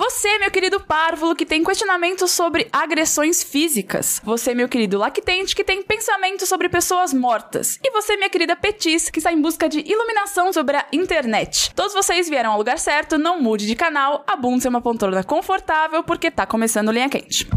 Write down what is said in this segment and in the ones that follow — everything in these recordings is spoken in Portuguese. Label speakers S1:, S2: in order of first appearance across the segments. S1: Você, meu querido párvulo, que tem questionamentos sobre agressões físicas. Você, meu querido lactente, que tem pensamentos sobre pessoas mortas. E você, minha querida Petis, que está em busca de iluminação sobre a internet. Todos vocês vieram ao lugar certo, não mude de canal, abunde-se uma poltrona confortável, porque tá começando Linha Quente.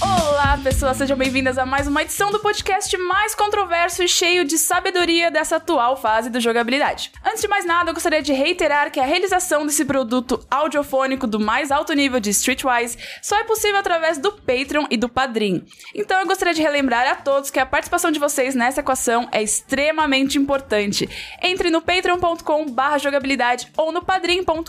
S1: Olá, pessoas, sejam bem-vindas a mais uma edição do podcast mais controverso e cheio de sabedoria dessa atual fase do jogabilidade. Antes de mais nada, eu gostaria de reiterar que a realização desse produto audiofônico do mais alto nível de Streetwise só é possível através do Patreon e do Padrim. Então eu gostaria de relembrar a todos que a participação de vocês nessa equação é extremamente importante. Entre no patreon.com barra jogabilidade ou no padrim.com.br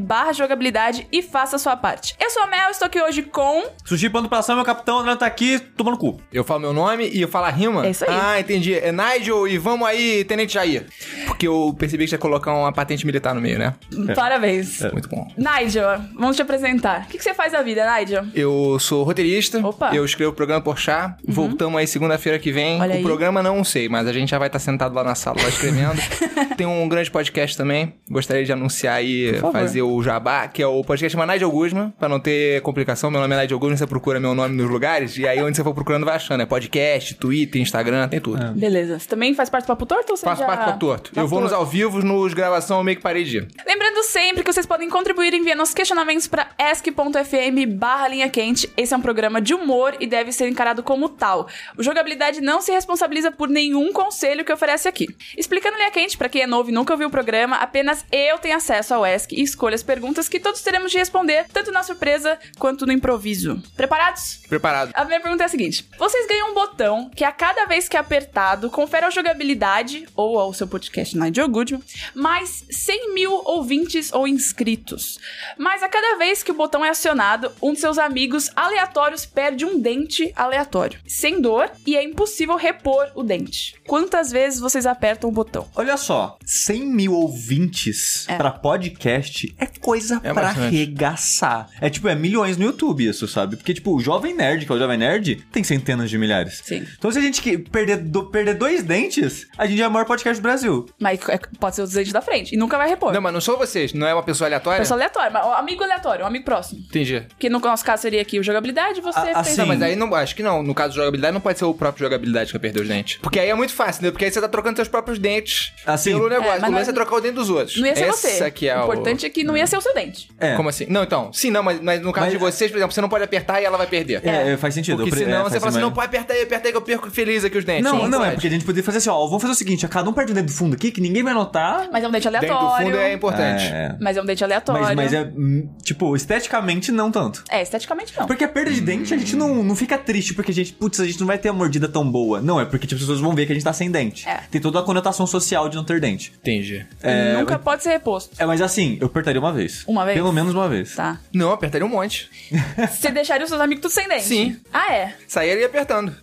S1: barra jogabilidade e faça a sua parte. Eu sou a Mel, estou aqui hoje com...
S2: Sushi pando pra ação, meu capitão, André tá aqui, tomando cu.
S3: Eu falo meu nome e eu falo a rima?
S1: É isso aí.
S3: Ah, entendi. É Nigel e vamos aí, Tenente Jair. Porque eu percebi que você ia colocar uma patente militar no meio, né?
S1: Parabéns.
S3: Muito bom.
S1: Nigel, vamos te apresentar. O que, que você faz da vida, Nigel?
S3: Eu sou roteirista.
S1: Opa. Uhum.
S3: Eu escrevo o programa Porchat. Voltamos aí segunda-feira que vem.
S1: Olha
S3: o
S1: aí.
S3: programa não sei, mas a gente já vai estar sentado lá na sala, lá escrevendo. Tem um grande podcast também. Gostaria de anunciar aí,
S1: favor.
S3: fazer o jabá, que é o podcast chama Nigel Guzman, pra não ter complicação. Meu nome é Nigel Guzman, você procura meu nome nos lugares. E aí, onde você for procurando, vai achando. É podcast, Twitter, Instagram, tem tudo.
S1: Beleza. Você também faz parte do Papo Torto ou você
S3: Faço
S1: já...
S3: parte do torto.
S1: Papo
S3: eu vou nos ao vivo, nos gravação meio que parede.
S1: Lembrando sempre que vocês podem contribuir enviando os questionamentos para ask.fm barra linha quente. Esse é um programa de humor e deve ser encarado como tal. O Jogabilidade não se responsabiliza por nenhum conselho que oferece aqui. Explicando linha quente, para quem é novo e nunca ouviu o programa, apenas eu tenho acesso ao ESC e escolho as perguntas que todos teremos de responder, tanto na surpresa quanto no improviso. Preparados?
S3: Preparado.
S1: A minha pergunta é a seguinte: vocês ganham um botão que a cada vez que é apertado confere ao jogabilidade ou ao seu podcast Nigel Goodman mais 100 mil ouvintes ou inscritos. Mas a cada vez que o botão é acionado, um de seus amigos aleatórios perde um dente aleatório, sem dor e é impossível repor o dente. Quantas vezes vocês apertam o botão?
S2: Olha só, 100 mil ouvintes pra podcast é coisa
S3: É
S2: pra
S3: bastante.
S2: arregaçar. É tipo, é milhões no YouTube isso, sabe? Porque, tipo, o Jovem Nerd, que é o Jovem Nerd, tem centenas de milhares.
S1: Sim.
S2: Então, se a gente que- perder, do- perder dois dentes, a gente é o maior podcast do Brasil.
S1: Mas é- pode ser os dentes da frente e nunca vai repor.
S3: Não, mas não sou vocês, não é uma pessoa aleatória?
S1: Pessoa aleatória, mas um amigo aleatório, um amigo próximo.
S3: Entendi.
S1: Que no nosso caso seria aqui o jogabilidade, você
S2: A-
S1: tem
S2: assim,
S3: Ah, Não, mas aí não, acho que não. No caso de jogabilidade, não pode ser o próprio jogabilidade que perdeu os dentes. Porque aí é muito fácil, né? Porque aí você tá trocando seus próprios dentes
S2: Assim.
S3: pelo
S1: É,
S3: negócio.
S1: mas
S3: o lance
S1: não-
S3: é trocar o dente dos outros.
S1: Não ia ser
S3: Essa
S1: você.
S3: que é
S1: o importante é que não ia ser o seu dente.
S2: É.
S3: Como assim? Não, então. Sim, não, mas, mas no caso
S2: Mas-
S3: de vocês, por exemplo, você não pode apertar e ela vai perder.
S2: É, é, faz sentido.
S3: assim? Porque
S2: eu pre- é,
S3: senão
S2: faz
S3: você fala assim,
S2: sentido.
S3: não, pode apertar aí, aperta aí que eu perco feliz aqui os dentes.
S2: Não, não, é
S3: pode.
S2: porque a gente poderia fazer assim, ó, vamos fazer o seguinte, a cada um perde o dedo do fundo aqui, que ninguém vai notar.
S1: Mas é um dente
S3: Dente
S1: aleatório.
S3: do fundo é importante.
S2: É.
S1: Mas é um dente aleatório.
S2: Mas, mas é, hum, tipo, esteticamente não tanto.
S1: É, esteticamente não.
S2: Porque a perda de dente, a gente não, não fica triste porque a gente, putz, a gente não vai ter a mordida tão boa. Não, é porque tipo, as pessoas vão ver que a gente tá sem dente.
S1: É.
S2: Tem toda a conotação social de não ter dente.
S3: Entendi.
S2: É,
S1: Nunca pode ser reposto.
S2: é, mas assim, eu apertaria uma vez.
S1: Uma vez?
S2: Pelo menos uma vez.
S1: Tá.
S3: Não, apertaria um monte.
S1: Você deixaria os seus amigos tudo sem dente?
S3: Sim.
S1: Ah, é?
S3: Saía ele apertando.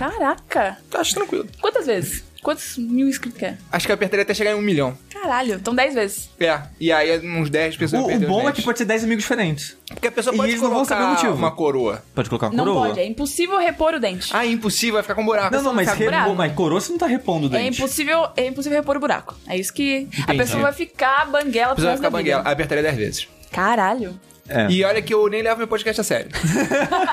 S1: Caraca.
S3: Acho tranquilo.
S1: Quantas vezes? Quantos mil inscritos que é?
S3: Acho que eu apertaria até chegar em um milhão.
S1: Caralho, então 10 vezes.
S3: É, e aí uns 10
S2: O,
S3: pessoas
S2: o
S3: perderam
S2: bom
S3: os
S2: é que
S3: dentes.
S2: pode ser 10 amigos diferentes.
S3: Porque a pessoa
S2: e
S3: pode
S2: eles não
S3: colocar
S2: vão saber o motivo.
S3: uma coroa.
S2: Pode colocar uma
S1: Não
S2: coroa.
S1: pode, é impossível repor o dente.
S3: Ah, impossível, vai ficar com um buraco.
S2: Não, não, mas,
S1: fica bravo.
S2: re... mas coroa você não tá repondo o
S1: É
S2: dente.
S1: impossível, é impossível repor o buraco. É isso que a pessoa vai ficar banguela
S3: A pessoa vai
S1: pro
S3: ficar
S1: resto da
S3: banguela.
S1: vida.
S3: Apertaria 10 vezes.
S1: Caralho.
S2: É.
S3: E olha que eu nem levo meu podcast a sério. mas eu
S1: Isso é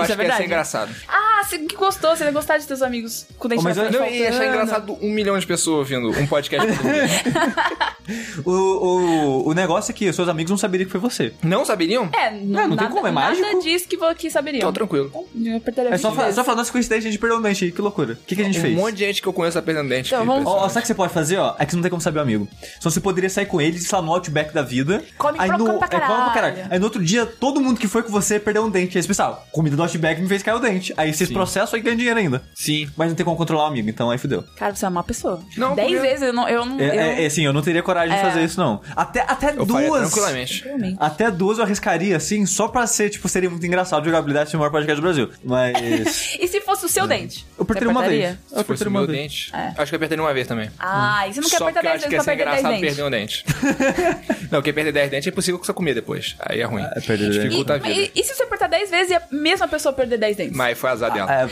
S3: acho que ia
S1: verdade.
S3: ser engraçado.
S1: Ah, você que gostou, você vai gostar de seus amigos com o dente
S2: Oh, mas
S1: na
S2: eu-
S1: frente.
S3: Não, e ia achar engraçado um milhão de pessoas ouvindo um podcast. todo dia.
S2: O, o, o negócio é que os seus amigos não saberiam que foi você.
S3: não saberiam?
S1: É, não,
S2: não tem
S1: nada-
S2: como, é
S1: Nada
S2: mágico.
S1: diz que, vou- que saberiam.
S3: Então, tranquilo.
S1: Eu apertaria
S2: É só,
S1: 20
S2: fa-
S1: vezes.
S2: só falar, nossa, coincidência, a gente perdeu um dente aí, que loucura. O que, que a gente
S3: um
S2: fez?
S3: monte de gente que eu conheço apertando dente.
S1: Então,
S3: Tipo que
S1: vamos-
S2: Ó, ó,
S3: impressionante.
S2: sabe o que você pode fazer, ó? É que você não tem como saber o amigo. Só você poderia sair com eles, sei lá, no Outback da vida.
S1: Come-
S2: aí
S1: pro-
S2: no,
S1: come pra
S2: é, come pra
S1: caralho.
S2: Aí no outro dia, todo mundo que foi com você perdeu um dente. Aí você pensa, ah, comida do Outback me fez cair o dente. Aí você Esse
S3: Sim.
S2: processo aí ganha dinheiro ainda.
S3: Sim.
S2: Mas não tem como controlar o amigo, então aí fudeu.
S1: Cara, você é uma má pessoa.
S4: Não,
S1: Dez
S4: porque-
S1: vezes eu não. Eu não
S2: É,
S1: eu...
S2: é- é, assim, eu não teria coragem de fazer isso, não. Até, até
S3: Eu faria
S2: duas.
S3: tranquilamente.
S1: Realmente.
S2: Até duas eu arriscaria, assim, só pra ser, tipo, seria muito engraçado jogabilidade ser o maior podcast do Brasil. Mas.
S1: E se fosse o seu dente?
S2: É. Eu apertei
S1: Você
S2: uma
S1: apertaria?
S2: vez. Eu
S3: Se fosse
S2: apertei
S3: o
S2: uma
S3: meu
S2: vez. É.
S3: dente, acho que eu apertei numa vez também.
S1: Ah, e você não quer
S3: Só
S1: apertar
S3: porque eu
S1: 10
S3: acho que
S1: vezes
S3: ia
S1: pra
S3: ser
S1: perder 10
S3: engraçado
S1: dentes?
S3: perder um dente. não, quem perder 10 dentes é impossível que você comer depois. Aí é ruim.
S2: é perder dente.
S3: Dificulta a
S1: E,
S3: vida.
S1: e- e se você apertar 10 vezes e a mesma pessoa perder 10 dentes?
S3: Mas foi azar dela.
S2: É,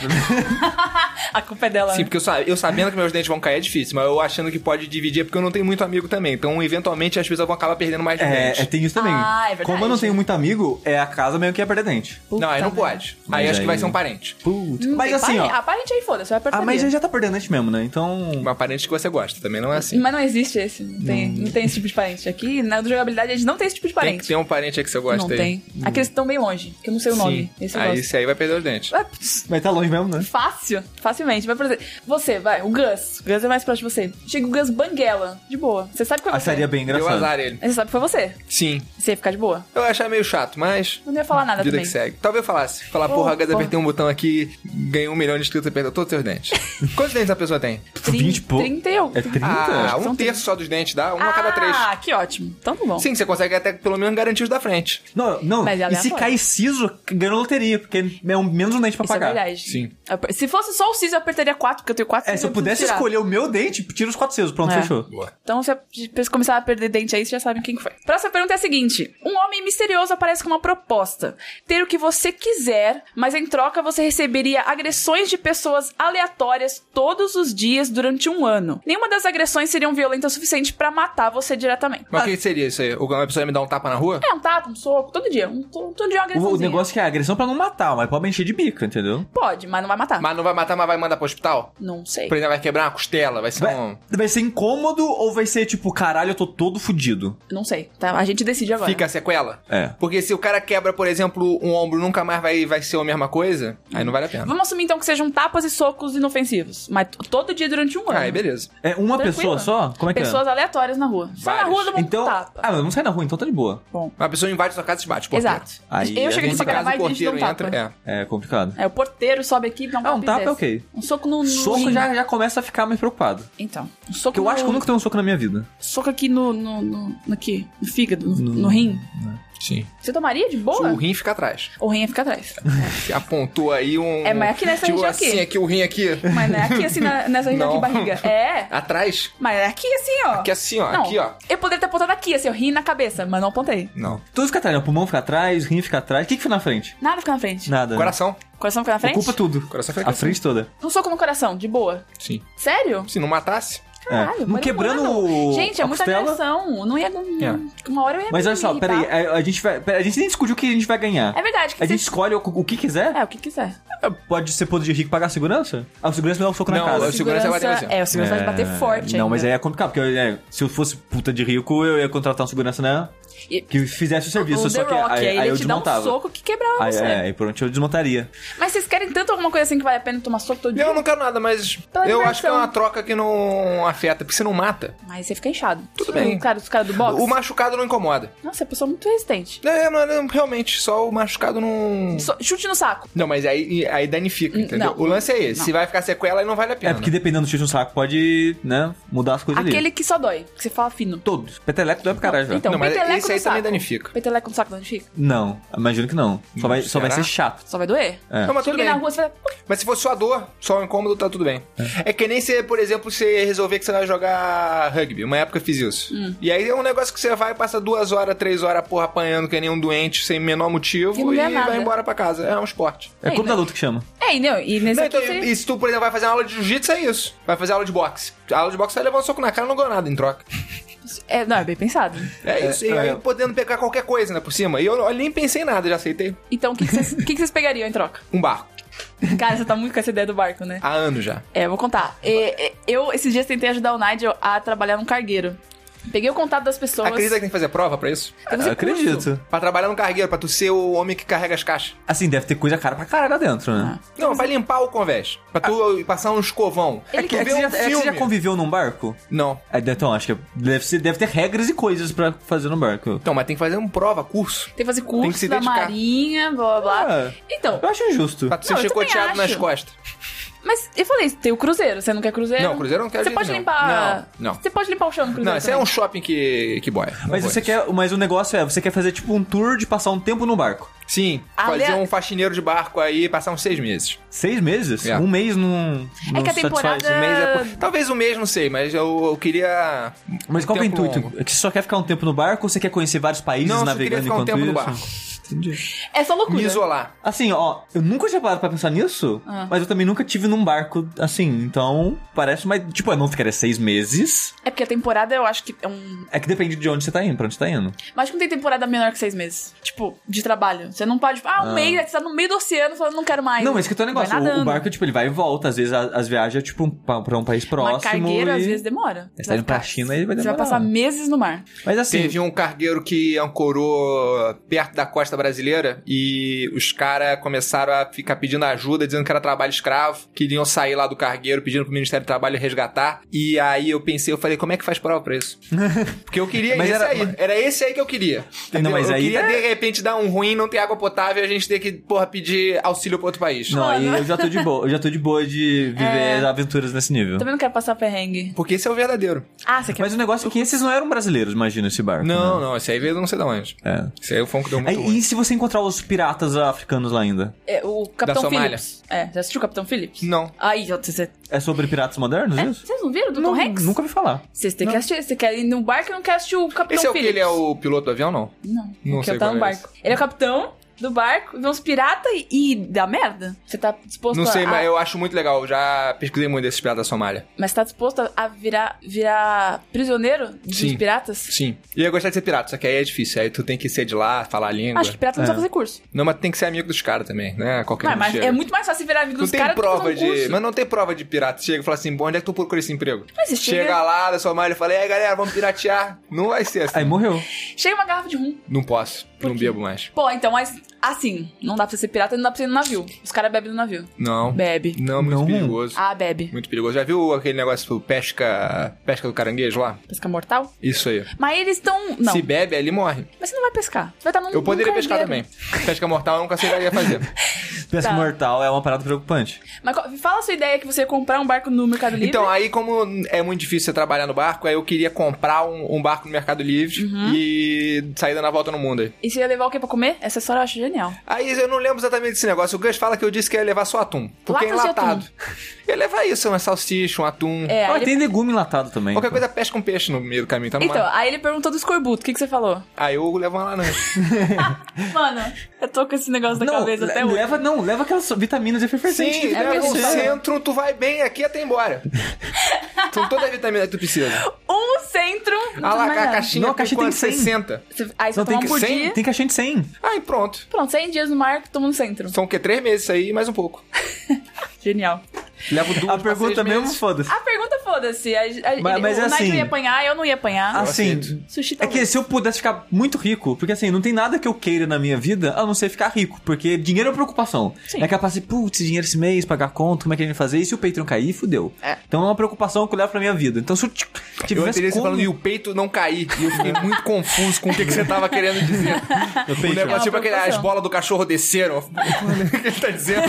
S1: A culpa é dela.
S3: Sim,
S1: né?
S3: porque eu, sa- eu sabendo que meus dentes vão cair é difícil, mas eu achando que pode dividir é porque eu não tenho muito amigo também. Então, eventualmente, as pessoas vão acabar perdendo mais
S2: é,
S3: dentes.
S2: é, tem isso também.
S1: Ah, é verdade.
S2: Como eu não tenho muito amigo, é a casa meio que ia perder dente.
S3: Não, aí não
S1: Puta
S3: pode. Aí
S2: Mas
S3: acho que vai
S2: aí-
S3: ser um parente.
S2: Putz.
S1: Não
S2: Mas
S1: tem
S2: assim,
S1: parente.
S2: ó.
S1: Ah, parente aí, foda-se, vai apertar.
S2: Ah, mas ele já tá perdendo dente mesmo, né? Então.
S3: Um parente que você gosta, também não é assim.
S1: Mas não existe esse. Não tem,
S2: Hum.
S1: não tem esse tipo de parente. Aqui, na jogabilidade, a gente não tem esse tipo de
S3: Tem que
S1: parente.
S3: ter um parente aí que você gosta
S1: não
S3: aí.
S1: tem. Aqueles que estão bem longe, que eu não sei o nome.
S3: Sim.
S1: Esse eu
S3: aí
S1: gosto.
S3: esse aí vai perder os dentes.
S1: Ah, pss,
S2: Mas tá longe mesmo, né?
S1: Fácil, facilmente. Mas, por exemplo, você, vai, o Gus. O Gus é mais próximo de você. Chega o Gus Banguela, de boa. Você sabe que foi
S2: Ah,
S1: você.
S2: seria bem
S3: Deu
S2: engraçado.
S3: azar ele.
S1: Você sabe que foi você.
S3: Sim.
S1: Você ia ficar de boa.
S3: Eu achava meio chato, mas.
S1: Eu não ia falar nada
S3: Vida
S1: também. Oh,
S3: que segue. Talvez eu falasse. Falar, porra, a Gaza
S1: porra.
S3: apertei um botão aqui, ganhei um milhão de inscritos e perdeu todos os seus dentes. Quantos dentes a pessoa tem?
S1: Trin-
S2: 20 e pouco.
S1: 30 e eu.
S2: É 30?
S3: Ah,
S1: São
S3: um terço só dos dentes, dá? Um a cada três.
S1: Ah, que ótimo. Então tá bom.
S3: Sim, você consegue até pelo menos garantir os da frente.
S2: Não, não.
S1: Mas é
S2: e se
S1: aleatório.
S2: cair siso, ganhou loteria, porque é um, menos um dente pra
S1: Isso é
S2: pagar.
S1: verdade.
S3: Sim.
S1: Eu aper- Se fosse só o Cis, eu apertaria 4, porque eu tenho 4
S2: É, se eu pudesse escolher o meu dente, tira os quatro sesos. Pronto,
S1: É.
S2: fechou.
S3: Boa.
S1: Então, se vocês começarem a perder dente aí, vocês já sabem quem que foi. Próxima pergunta é a seguinte: Um homem misterioso aparece com uma proposta. Ter o que você quiser, mas em troca você receberia agressões de pessoas aleatórias todos os dias durante um ano. Nenhuma das agressões seriam violentas o suficiente pra matar você diretamente.
S3: Mas o que seria isso aí? Uma pessoa ia me dar um tapa na rua?
S1: É, um tato, um soco, todo dia. Um, todo, todo dia uma
S2: O,
S1: agressão.
S2: o negócio é que é agressão pra não matar, mas pode encher de bica, entendeu?
S1: Pode, mas não vai matar.
S3: Mas não vai matar, mas vai mandar pro hospital?
S1: Não É. sei.
S3: Por exemplo, vai quebrar uma costela, vai ser
S2: Vai,
S3: um.
S2: vai ser incômodo ou vai ser tipo, caralho, eu tô todo fudido?
S1: Não sei. Tá? A gente decide agora.
S3: Fica a sequela?
S2: É.
S3: Porque se o cara quebra, por exemplo, um ombro nunca mais vai, vai ser a mesma coisa, aí não vale a pena.
S1: Vamos assumir então que sejam tapas e socos inofensivos. Mas t- todo dia durante um ano.
S3: Aí, beleza.
S2: É uma
S1: Tranquilo.
S2: pessoa só? Como é que
S1: Pessoas aleatórias na rua. Só na
S3: Várias.
S1: rua do
S2: é?
S1: mundo
S2: Então.
S1: tapa.
S2: Ah, mas não sai na rua, então tá de boa.
S1: Bom.
S3: Uma pessoa invade sua casa e te bate, porteiro.
S1: Exato.
S2: Aí
S1: eu
S2: é
S1: cheguei aqui pra
S2: complicado.
S1: gravar
S3: Caso
S1: e
S3: o
S1: a gente dá
S3: porteiro
S1: um tapa.
S3: entra. É.
S2: É complicado.
S1: É, o porteiro sobe aqui e dá um
S2: Ah, um tapa é
S1: e desce.
S2: ok.
S1: Um soco no... no
S2: Soco
S1: rim.
S2: já, já começa a ficar mais preocupado.
S1: Então. Um soco
S2: Porque eu
S1: no...
S2: acho que eu nunca tenho um soco na minha vida.
S1: Soco aqui no... no, no, no aqui. No fígado. No, no rim.
S3: Sim.
S1: Você tomaria de
S3: O
S1: boa?
S3: rim fica atrás.
S1: O rim ia ficar atrás.
S3: Você apontou aí um.
S1: É, mas aqui nessa
S3: tipo
S1: região
S3: assim,
S1: aqui.
S3: aqui o rim aqui.
S1: Mas não é aqui assim, na- nessa região
S3: Não.
S1: aqui, barriga. É.
S3: Atrás?
S1: Mas é aqui assim, ó.
S3: Aqui assim, ó.
S1: Não.
S3: Aqui, ó.
S1: Eu poderia ter apontado aqui, assim, eu ri na cabeça, mas não apontei.
S3: Não.
S2: Tudo fica atrás, né? O pulmão fica atrás, o rim fica atrás. O que que fica na frente?
S1: Nada fica na frente.
S2: Nada. né?
S3: Coração.
S1: Coração fica na frente?
S2: Ocupa tudo.
S3: Coração fica
S2: A
S3: assim.
S2: frente toda.
S1: Um soco no coração, de boa.
S3: Sim.
S1: Sério?
S3: Se não matasse.
S1: Caralho,
S2: Não
S1: mas
S2: É. Um quebrando
S1: mano.
S2: o-
S1: Gente, é
S2: a
S1: muita
S2: costela. É.
S1: agressão. Não ia. não- Uma hora eu ia.
S2: Mas olha só,
S1: me
S2: peraí, é,
S1: irritar.
S2: a, a gente vai. pera, a gente nem discute o que a gente vai ganhar.
S1: tá? É verdade, que
S2: A
S1: você-
S2: gente escolhe o, o que quiser?
S1: É, o que quiser.
S2: Pode ser poder de rico pagar a segurança? Ah, o segurança me dá um soco na
S3: Não,
S2: cara.
S3: eu- O segurança vai bater em você.
S1: É, o segurança vai bater forte
S2: Não,
S1: ainda.
S2: mas aí é complicado, porque é, se eu fosse puta de rico, eu ia contratar um segurança, né?
S1: E-
S2: Que fizesse o serviço,
S1: o The
S2: só que
S1: Rock,
S2: aí,
S1: aí,
S2: aí
S1: ele
S2: eu
S1: te dá um
S2: desmontava.
S1: soco que quebrava
S2: aí,
S1: você.
S2: é, aí por onde eu desmontaria.
S1: Mas vocês querem tanto alguma coisa assim que vale a pena tomar soco todo dia?
S3: Eu não quero nada, mas
S1: Pela
S3: eu
S1: diversão.
S3: acho que é uma troca que não afeta, porque você não mata.
S1: Mas você fica inchado.
S3: Tudo
S1: O
S3: bem.
S1: Cara, os caras do boxe.
S3: O machucado não incomoda.
S1: Nossa, é pessoa muito resistente.
S3: É, não, não, realmente, só o machucado não.
S1: So- chute no saco.
S3: Não, mas aí, aí danifica,
S1: Hum,
S3: entendeu?
S1: não.
S3: O lance é esse.
S1: Não.
S3: Se vai ficar sequela, aí não vale a
S2: É
S3: pena. né?
S2: porque dependendo do chute no saco, pode, né, mudar as coisas ali.
S1: Aquele que só dói, que você fala fino.
S2: Todos. Peteleco dói pra caralho, velho.
S1: Então,
S3: Não, mas
S1: peteleco
S3: esse
S1: no
S3: aí também
S1: saco.
S3: danifica.
S1: Peteleco no saco danifica?
S2: Não, imagino que não. Só vai, só vai
S3: será?
S2: ser chato.
S1: Só vai doer?
S2: É.
S3: Não, mas tudo
S1: Cheguei
S3: bem.
S1: na rua, você vai.
S3: Mas se fosse só a dor, só o incômodo, tá tudo bem. É, que nem se, por exemplo, você resolver que você vai jogar rugby. Uma época eu fiz isso.
S1: Hum.
S3: E aí é um negócio que você vai, passa duas horas, três horas, porra, apanhando que nem um doente, sem o menor
S1: E não
S3: motivo, e,
S1: ganha nada.
S3: vai embora pra casa. É um esporte.
S2: É
S1: Ei,
S2: clube da
S1: mas-
S2: luta que chama.
S1: É, e não, e nesse
S3: Não,
S1: aqui
S3: então,
S1: você-
S3: e se tu, por exemplo, vai fazer uma aula de jiu-jitsu, é isso. Vai fazer aula de boxe. A aula de boxe vai levar um soco na cara e não ganhou nada em troca.
S1: É, não, é bem pensado.
S3: É, isso. E
S2: é.
S3: aí podendo pegar qualquer coisa, né, por cima. E eu, eu nem pensei em nada, já aceitei.
S1: Então, o que que vocês o que que vocês pegariam em troca?
S3: Um barco.
S1: Cara, você tá muito com essa ideia do barco, né?
S3: Há anos já.
S1: É, eu vou contar. É, é, eu, esses dias, tentei ajudar o Nigel a trabalhar num cargueiro. Peguei o contato das pessoas.
S3: Acredita que tem que fazer prova pra isso?
S1: Deve ser curso.
S2: Acredito.
S3: Pra trabalhar no cargueiro, pra tu ser o homem que carrega as caixas.
S2: Assim, deve ter coisa cara pra caralho lá dentro, né?
S1: Ah.
S3: Não, pra limpar o convés. Pra tu passar um escovão.
S2: É que, é que
S3: Tu
S2: você
S3: vê
S2: já,
S3: um
S2: é que você já
S3: filme.
S2: conviveu num barco?
S3: Não.
S2: É, então, acho que deve, ser- deve ter regras e coisas pra fazer no barco.
S3: Então, mas tem que fazer uma prova, curso.
S1: Tem que fazer
S3: Tem que
S1: curso
S3: se
S1: da
S3: dedicar.
S1: marinha, blá blá blá.
S2: Ah,
S1: Então,
S2: eu acho injusto.
S3: Pra tu
S1: Não,
S3: ser
S1: eu também
S3: chicoteado nas
S1: acho.
S3: costas.
S1: mas eu falei, tem o cruzeiro, você não quer cruzeiro?
S3: Não, cruzeiro eu não quero
S1: Você
S3: de
S1: pode
S3: jeito
S1: limpar.
S3: nenhum. Não, não.
S1: Você pode limpar o chão no cruzeiro.
S3: Não, esse é
S1: também.
S3: um shopping que, que boia. Não
S2: Mas
S3: vou
S2: você
S3: nisso.
S2: quer. Mas o negócio é, você quer fazer tipo um tour de passar um tempo no barco.
S3: Sim,
S1: Ale-
S3: fazer um faxineiro de barco aí e passar uns seis meses.
S2: Seis meses?
S3: É.
S2: Um mês não.
S1: É
S2: não
S1: que a
S2: satisfaz.
S1: temporada-
S3: Um mês é
S1: Ah.
S3: po- Talvez um mês, não sei, mas eu, eu queria. um
S2: Mas qual que é o
S3: tempo
S2: intuito?
S3: longo.
S2: É que você só quer ficar um tempo no barco ou você quer conhecer vários países
S3: Não, eu só queria
S2: navegando
S3: ficar um
S2: enquanto
S3: tempo
S2: isso?
S3: no barco.
S2: Entendi.
S1: É só loucura.
S3: Me isolar.
S2: Assim, ó, eu nunca tinha parado pra pensar nisso,
S1: Ah.
S2: mas eu também nunca tive num barco assim, então parece, mas tipo, eu não ficaria seis meses.
S1: É porque a temporada eu acho que é um.
S2: É que depende de onde você tá indo, pra onde você tá indo.
S1: Mas não tem temporada menor que seis meses. Tipo, de trabalho. Você não pode. Ah, um mês, você tá no meio do oceano falando, não quero mais.
S2: não, mas que
S3: é
S2: tem um
S1: Vai
S2: negócio, o,
S1: nadando.
S2: o barco, tipo, ele vai e volta, às vezes a- as viagens é tipo um, pra, pra um país próximo.
S1: Uma cargueira,
S2: e...
S1: às vezes, demora.
S2: Você tá indo pra China
S1: Você
S2: e vai
S1: vai
S2: demorar.
S1: passar meses no mar.
S2: Mas assim,
S3: Teve um cargueiro que ancorou perto da costa brasileira e os caras começaram a ficar pedindo ajuda, dizendo que era trabalho escravo, que iriam sair lá do cargueiro, pedindo pro Ministério do Trabalho resgatar. E aí eu pensei, eu falei, como é que faz prova pra isso? Porque eu queria
S2: Mas
S3: esse
S2: era-
S3: aí. Era esse aí que eu queria. entendeu?
S2: mas
S3: eu
S2: aí-
S3: queria, de repente, dar um ruim, não ter água potável e a gente ter que, porra, pedir auxílio pra outro país.
S2: não, aí
S1: Mano.
S2: eu já tô de boa, eu já tô de boa de viver aventuras nesse nível.
S1: É. Também não quero passar perrengue.
S3: Porque esse é o verdadeiro.
S1: Ah, você quer.
S2: Mas o negócio é que esses não eram brasileiros, imagina, esse barco.
S3: Não,
S2: né?
S3: não, esse aí veio de não sei de onde.
S2: É.
S3: Esse aí foi um que deu muito
S2: Aí,
S3: ruim.
S2: e se você encontrar os piratas africanos lá ainda?
S1: É, o Capitão
S3: Da Somália.
S1: Phillips. É, já assistiu o Capitão Phillips?
S3: Não.
S1: Aí, ó, você-
S2: É sobre piratas modernos,
S1: é,
S2: isso?
S1: vocês não viram do
S2: Não,
S1: Tom Hanks?
S2: Nunca ouvi falar.
S1: Vocês têm que assistir. Você quer ir num barco e não quer assistir o Capitão
S3: Esse é o que
S1: Phillips.
S3: ele é o piloto do avião, não?
S1: Não,
S3: Não
S1: o
S3: sei
S1: que tá
S3: qual
S1: no
S3: é esse.
S1: barco. Ele é o capitão do barco, vê uns piratas e, e dá merda. Você tá disposto
S3: Não sei,
S1: a...
S3: mas eu acho muito legal. Eu já pesquisei muito desses piratas da Somália.
S1: Mas tá disposto a virar, virar prisioneiro dos
S3: Sim.
S1: piratas?
S3: Sim. E eu gostar de ser pirata, só que aí é difícil. Aí tu tem que ser de lá, falar a língua.
S1: Acho que pirata não
S2: É.
S1: precisa fazer curso.
S3: Não, mas tem que ser amigo dos caras também, né? Qualquer
S1: Não,
S3: um
S1: mas
S3: chega.
S1: é muito mais fácil virar amigo
S3: Não
S1: dos
S3: tem
S1: caras do que
S3: prova
S1: fazer um
S3: de.
S1: curso.
S3: Mas não tem prova de pirata. Chega e fala assim: bom, onde é que tu procura esse emprego?
S1: Mas é- você
S3: chega...
S1: chega-
S3: lá da Somália e fala: e aí galera, vamos piratear. Não vai ser assim.
S2: Aí morreu.
S1: Chega uma garrafa de rum.
S3: Não posso. Não bebo mais.
S1: Pô, então, mas assim, não dá pra você ser pirata e não dá pra você ir no navio. Os caras bebem no navio.
S3: Não.
S1: Bebe.
S3: Não, muito
S2: Não.
S3: perigoso.
S1: Ah, bebe.
S3: Muito perigoso. Já viu aquele negócio do pesca. pesca do caranguejo lá?
S1: Pesca mortal?
S3: Isso aí.
S1: Mas eles estão. Não.
S3: Se bebe, ali morre.
S1: Mas você não vai pescar. Você vai estar num.
S3: Eu poderia
S1: num
S3: pescar também.
S1: cargueiro.
S3: Pesca mortal eu nunca sei fazer.
S2: Pesca
S1: Tá.
S2: mortal é uma parada preocupante.
S1: Mas qual- fala a sua ideia que você ia comprar um barco no Mercado Livre.
S3: Então, aí como é muito difícil você trabalhar no barco, aí eu queria comprar um, um barco no Mercado Livre e sair dando a volta no mundo aí.
S1: E você ia levar o que pra comer? Essa história eu acho genial.
S3: Aí eu não lembro exatamente desse negócio. O Gus fala que eu disse que ia levar só atum. Porque é
S1: Latas de
S3: enlatado. Eu ia levar isso, uma salsicha, um atum.
S1: É,
S2: Ah,
S1: aí ele-
S2: tem legume enlatado também.
S3: Qualquer
S2: pô.
S3: coisa pesca um peixe no meio do caminho, tá no
S1: Então,
S3: mar.
S1: aí ele perguntou do escorbuto. O que, que você falou?
S3: Aí eu levo uma laranja.
S1: Mano, eu tô com esse negócio na
S2: Não,
S1: cabeça até
S2: le-
S3: é-
S1: hoje.
S2: leva, não, leva aquelas vitaminas efervescentes.
S3: Sim,
S2: que tem
S1: é
S3: leva um
S1: verdade.
S3: centro, tu vai bem aqui até embora. São toda a vitamina que tu precisa.
S1: Um centro.
S3: Ah lá,
S1: mais
S3: a
S1: nada.
S3: caixinha,
S2: Não, a
S3: com
S2: caixinha tem
S3: quanto?
S2: 100.
S3: 60.
S1: Você- Aí você
S2: Não, tem,
S1: toma um
S2: que,
S1: por
S2: 100,
S1: dia.
S2: tem caixinha de 100.
S3: Aí pronto.
S1: Pronto, 100 dias no mar que toma um centro.
S3: São o quê? Três meses aí, mais um pouco.
S1: Genial.
S3: Levo duas
S2: A
S3: pra
S2: pergunta
S3: seis
S2: mesmo,
S3: meses.
S2: foda-se.
S1: A pergunta, foda-se. A- a-
S2: Mas-
S1: ele-
S2: mas
S1: o
S2: é
S1: Nigel
S2: assim-
S1: ia apanhar, eu não ia apanhar.
S2: Assim,
S3: aceito.
S1: Sushi
S2: é que
S1: talvez.
S2: se eu pudesse ficar muito rico, porque assim, não tem nada que eu queira na minha vida a não ser ficar rico, porque dinheiro é preocupação.
S1: Sim.
S2: É capaz de, putz, dinheiro esse mês, pagar conta, como é que a gente vai fazer? E se o Patreon cair, fudeu.
S1: É.
S2: Então é uma preocupação que eu levo pra minha vida. Então se eu t-
S3: Eu
S2: tivesse
S3: entendi você
S2: como-
S3: falando e o peito não cair. E eu fiquei muito confuso com o que, que você tava querendo dizer.
S2: Eu
S3: O
S2: penso,
S3: negócio,
S1: uma
S3: tipo, aquele, as
S1: preocupação.
S3: bolas do cachorro desceram. O que ele tá dizendo?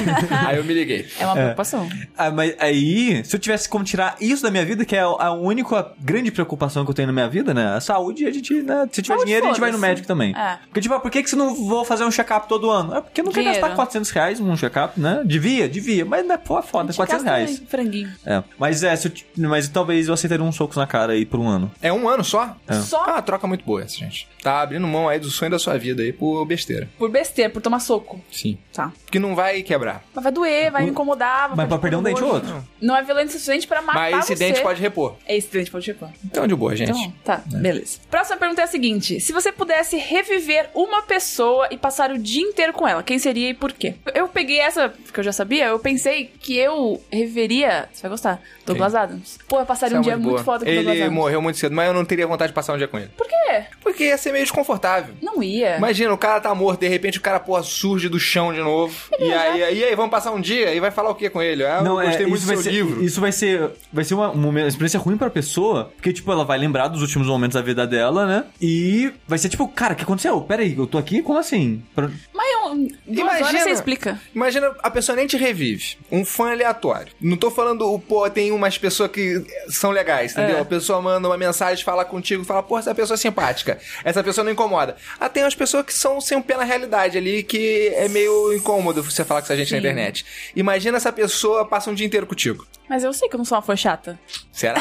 S3: Aí eu me liguei.
S1: É uma preocupação.
S2: Ah, mas aí, se eu tivesse como tirar isso da minha vida, que é a única grande preocupação que eu tenho na minha vida, né? A saúde, a gente, né? Se tiver
S1: Saúde,
S2: dinheiro, a gente vai no
S1: foda-se.
S2: médico também.
S1: É.
S2: Porque, tipo, ah, por que, que você não vou fazer um check-up todo ano? É porque eu não quer
S1: Dinheiro.
S2: gastar 400 reais num check-up, né? Devia, devia, mas né, pô, é foda, 400 reais.
S1: Gasta um Franguinho.
S2: É. Mas é, se eu ti- mas talvez eu aceitaria uns socos na cara aí por um ano.
S3: É um ano só?
S1: Só?
S3: Ah, troca muito boa essa, gente. Tá abrindo mão aí do sonho da sua vida aí por besteira.
S1: Por besteira, por tomar soco.
S3: Sim.
S1: Tá.
S3: Que não vai quebrar.
S1: Mas vai doer, vai me incomodar. Vai
S2: Mas
S1: fazer
S2: pra perder um
S1: dor.
S2: dente ou outro.
S1: Não é violência suficiente pra matar
S3: Mas se
S1: você.
S4: excedente
S1: você-
S4: pode repor.
S1: É excedente pode repor.
S4: Então, de boa, gente.
S1: Então, tá, beleza. Próxima pergunta é a seguinte: se você pudesse reviver uma pessoa e passar o dia inteiro com ela, quem seria e por quê? Eu peguei essa, porque eu já sabia, eu pensei que eu reviveria. Você vai gostar, Douglas Adams. Pô, eu passaria um
S4: Essa é
S1: dia
S4: muito boa.
S1: muito foda com o Douglas
S3: Ele
S1: Adams.
S3: morreu muito cedo, mas eu não teria vontade de passar um dia com ele.
S1: Por quê?
S3: Porque ia ser meio desconfortável.
S1: Não ia.
S3: Imagina, o cara tá morto, de repente o cara, porra, surge do chão de novo. E aí, e aí, vamos passar um dia e vai falar o que com ele? Ah, eu gostei muito do
S2: vai
S3: seu
S2: ser,
S3: livro.
S2: é, Isso vai ser, vai ser uma, uma experiência ruim pra pessoa, porque, tipo, ela vai lembrar dos últimos momentos da vida dela, né? E vai ser tipo, cara, o que aconteceu? Pera aí, eu tô aqui? Como assim? Pra-
S1: Mas eu, duas horas
S3: Imagina.
S1: você explica.
S3: Imagina, a pessoa nem te revive. Um fã aleatório. Não tô falando, o pô, tem umas pessoas que são legais, entendeu?
S1: É.
S3: A pessoa manda uma mensagem, fala contigo, fala, pô, essa pessoa é simpática. Essa pessoa não incomoda. Ah, tem umas pessoas que são sem um pé na realidade ali, que é meio incômodo você falar com essa gente na
S1: Sim.
S3: internet. Imagina essa pessoa passa um dia inteiro contigo.
S1: Mas eu sei que eu não sou uma fã chata.
S3: Será?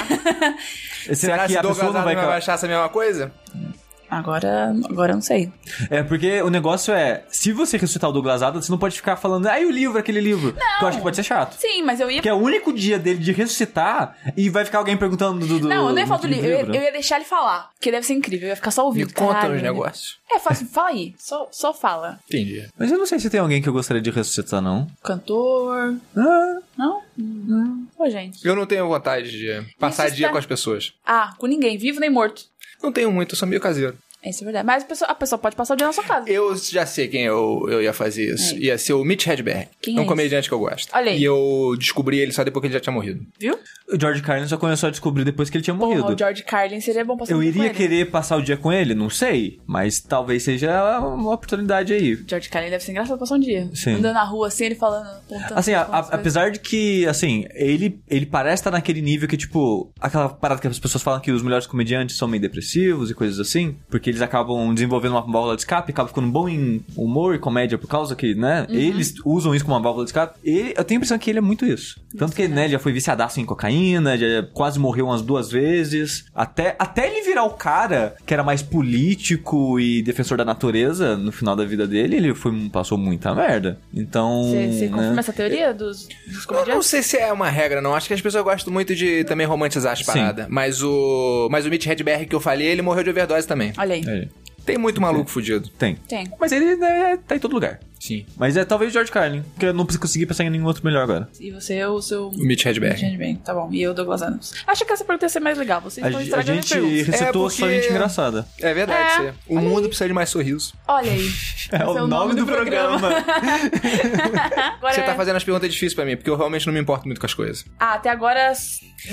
S2: Será, que
S3: se
S2: a
S3: Douglas
S2: pessoa não vai...
S3: Adams achar essa mesma coisa?
S1: Agora, agora eu não sei.
S2: É, porque o negócio é, se você ressuscitar o Douglas Adams, você não pode ficar falando, ai, o livro, aquele livro. Não. Que eu acho que pode ser chato.
S1: Sim, mas eu ia.
S2: Porque é o único dia dele de ressuscitar e vai ficar alguém perguntando do... é do-
S1: Não, eu não ia falar do
S2: do
S1: livro. Eu, ia- eu ia deixar ele falar. Porque deve ser incrível. Eu ia ficar só
S3: Me
S1: ouvindo.
S3: conta
S1: Caralho,
S3: os
S1: né?
S3: negócios.
S1: É, fala, fala aí. Só, só fala.
S3: Entendi.
S2: Mas eu não sei se tem alguém que eu gostaria de ressuscitar, não.
S1: Cantor.
S2: Ah,
S1: Não? Pô, gente.
S3: Eu não tenho vontade de passar
S1: Isso
S3: dia
S1: tá-
S3: com as pessoas.
S1: Ah, com ninguém, vivo nem morto.
S3: Não tenho muito, eu sou meio caseiro.
S1: É, Isso é verdade. Mas a pessoa, a pessoa pode passar o dia na sua casa.
S3: Eu já sei quem eu, eu ia fazer isso.
S1: É.
S3: Ia ser o Mitch Hedberg.
S1: Quem
S3: é
S1: é
S3: um
S1: esse?
S3: comediante que eu gosto.
S1: Olha aí.
S3: E eu descobri ele só depois que ele já tinha morrido.
S1: Viu?
S2: o George Carlin só começou a descobrir depois que ele tinha morrido.
S1: Porra, o George Carlin seria bom passar
S2: Eu
S1: o dia
S2: iria
S1: com ele.
S2: querer passar o dia com ele? Não sei. Mas talvez seja uma oportunidade aí.
S1: George Carlin deve ser engraçado passar um dia.
S2: Sim.
S1: Andando na rua assim, ele falando. apontando
S2: Assim, a-
S1: pra
S2: a-
S1: umas coisas.
S2: apesar de que, assim, ele, ele parece estar naquele nível que, tipo, aquela parada que as pessoas falam que os melhores comediantes são meio depressivos e coisas assim, porque eles acabam desenvolvendo uma válvula de escape, acabam ficando bom em humor e comédia por causa que, né,
S1: Uhum.
S2: eles usam isso como uma válvula de escape. Ele, eu tenho a impressão que ele é muito isso. Tanto que, né, ele já foi viciadaço em cocaína, já quase morreu umas duas vezes, até, até ele virar o cara que era mais político e defensor da natureza no final da vida dele, ele foi, passou muita merda. Então.
S1: Você, você
S2: né?
S1: confirma essa teoria dos, dos
S3: Eu não
S1: comediantes?
S3: sei se é uma regra, não. Acho que as pessoas gostam muito de também romantizar as
S2: Sim.
S3: paradas. Mas o. Mas o Mitch Hedberg que eu falei, ele morreu de overdose também.
S1: Olha aí.
S2: É,
S3: Tem muito maluco fudido.
S2: tem.
S1: Tem.
S2: Mas ele né, tá em todo lugar.
S3: Sim.
S2: Mas é talvez o George Carlin, porque eu não consegui pensar em nenhum outro melhor agora.
S1: E você, é o seu.
S3: O Mitch Hedberg.
S1: Gente, bem, tá bom. E eu, Douglas Adams. Acho que essa pergunta ia ser mais legal. Vocês
S2: A,
S1: estão
S2: ge- a
S1: estragando
S2: gente
S1: minha pergunta.
S2: recitou
S3: É,
S2: só
S3: porque-
S2: gente engraçada.
S3: É verdade.
S1: É.
S3: isso aí. O mundo precisa de mais sorrisos.
S1: Olha
S2: É
S1: aí. Esse é Agora
S3: Você
S1: é-
S3: tá fazendo as perguntas difíceis pra mim, porque eu realmente não me importo muito com as coisas.
S1: Ah, até agora.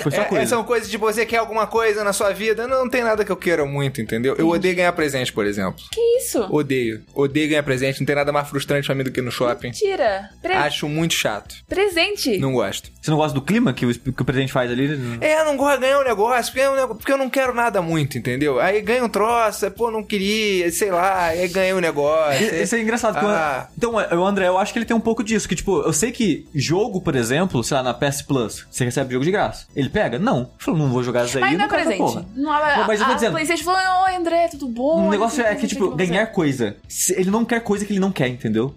S2: Foi só
S3: É,
S2: coisa.
S1: um-
S3: São coisas de você quer alguma coisa na sua vida. Não, não tem nada que eu queira muito, entendeu? Eu odeio ganhar presente, por exemplo.
S1: Que isso?
S3: Odeio. Odeio ganhar presente. Não tem nada mais frustrante pra mim do que ir no shopping.
S1: Mentira. Pre-
S3: Acho muito chato.
S1: Presente.
S3: Não gosto.
S2: Você Ah, não gosta do clima que o, que o presidente faz ali?
S3: É, eu não gosto de ganhar um negócio, porque, é um nego- porque eu não quero nada muito, entendeu? Aí ganha um troço, aí, pô, não queria, sei lá, aí ganhei um negócio. aí-
S2: Isso é engraçado. porque
S3: Ah.
S2: o- Então, é, o André, eu acho que ele tem um pouco disso. Que, tipo, eu sei que jogo, por exemplo, sei lá, na PS Plus, você recebe jogo de graça. Ele pega? Não. Ele falou, não vou jogar isso aí.
S1: Mas não é
S2: quero essa
S1: presente.
S2: porra.
S1: Não, a,
S2: Mas eu tô
S1: a
S2: dizendo-
S1: PlayStation falou: Oi, André, tudo bom?
S2: O
S1: Olha,
S2: negócio
S1: tem
S2: é que,
S1: presente
S2: tipo,
S1: pra você."
S2: ganhar coisa. Se- Ele não quer coisa que ele não quer, entendeu?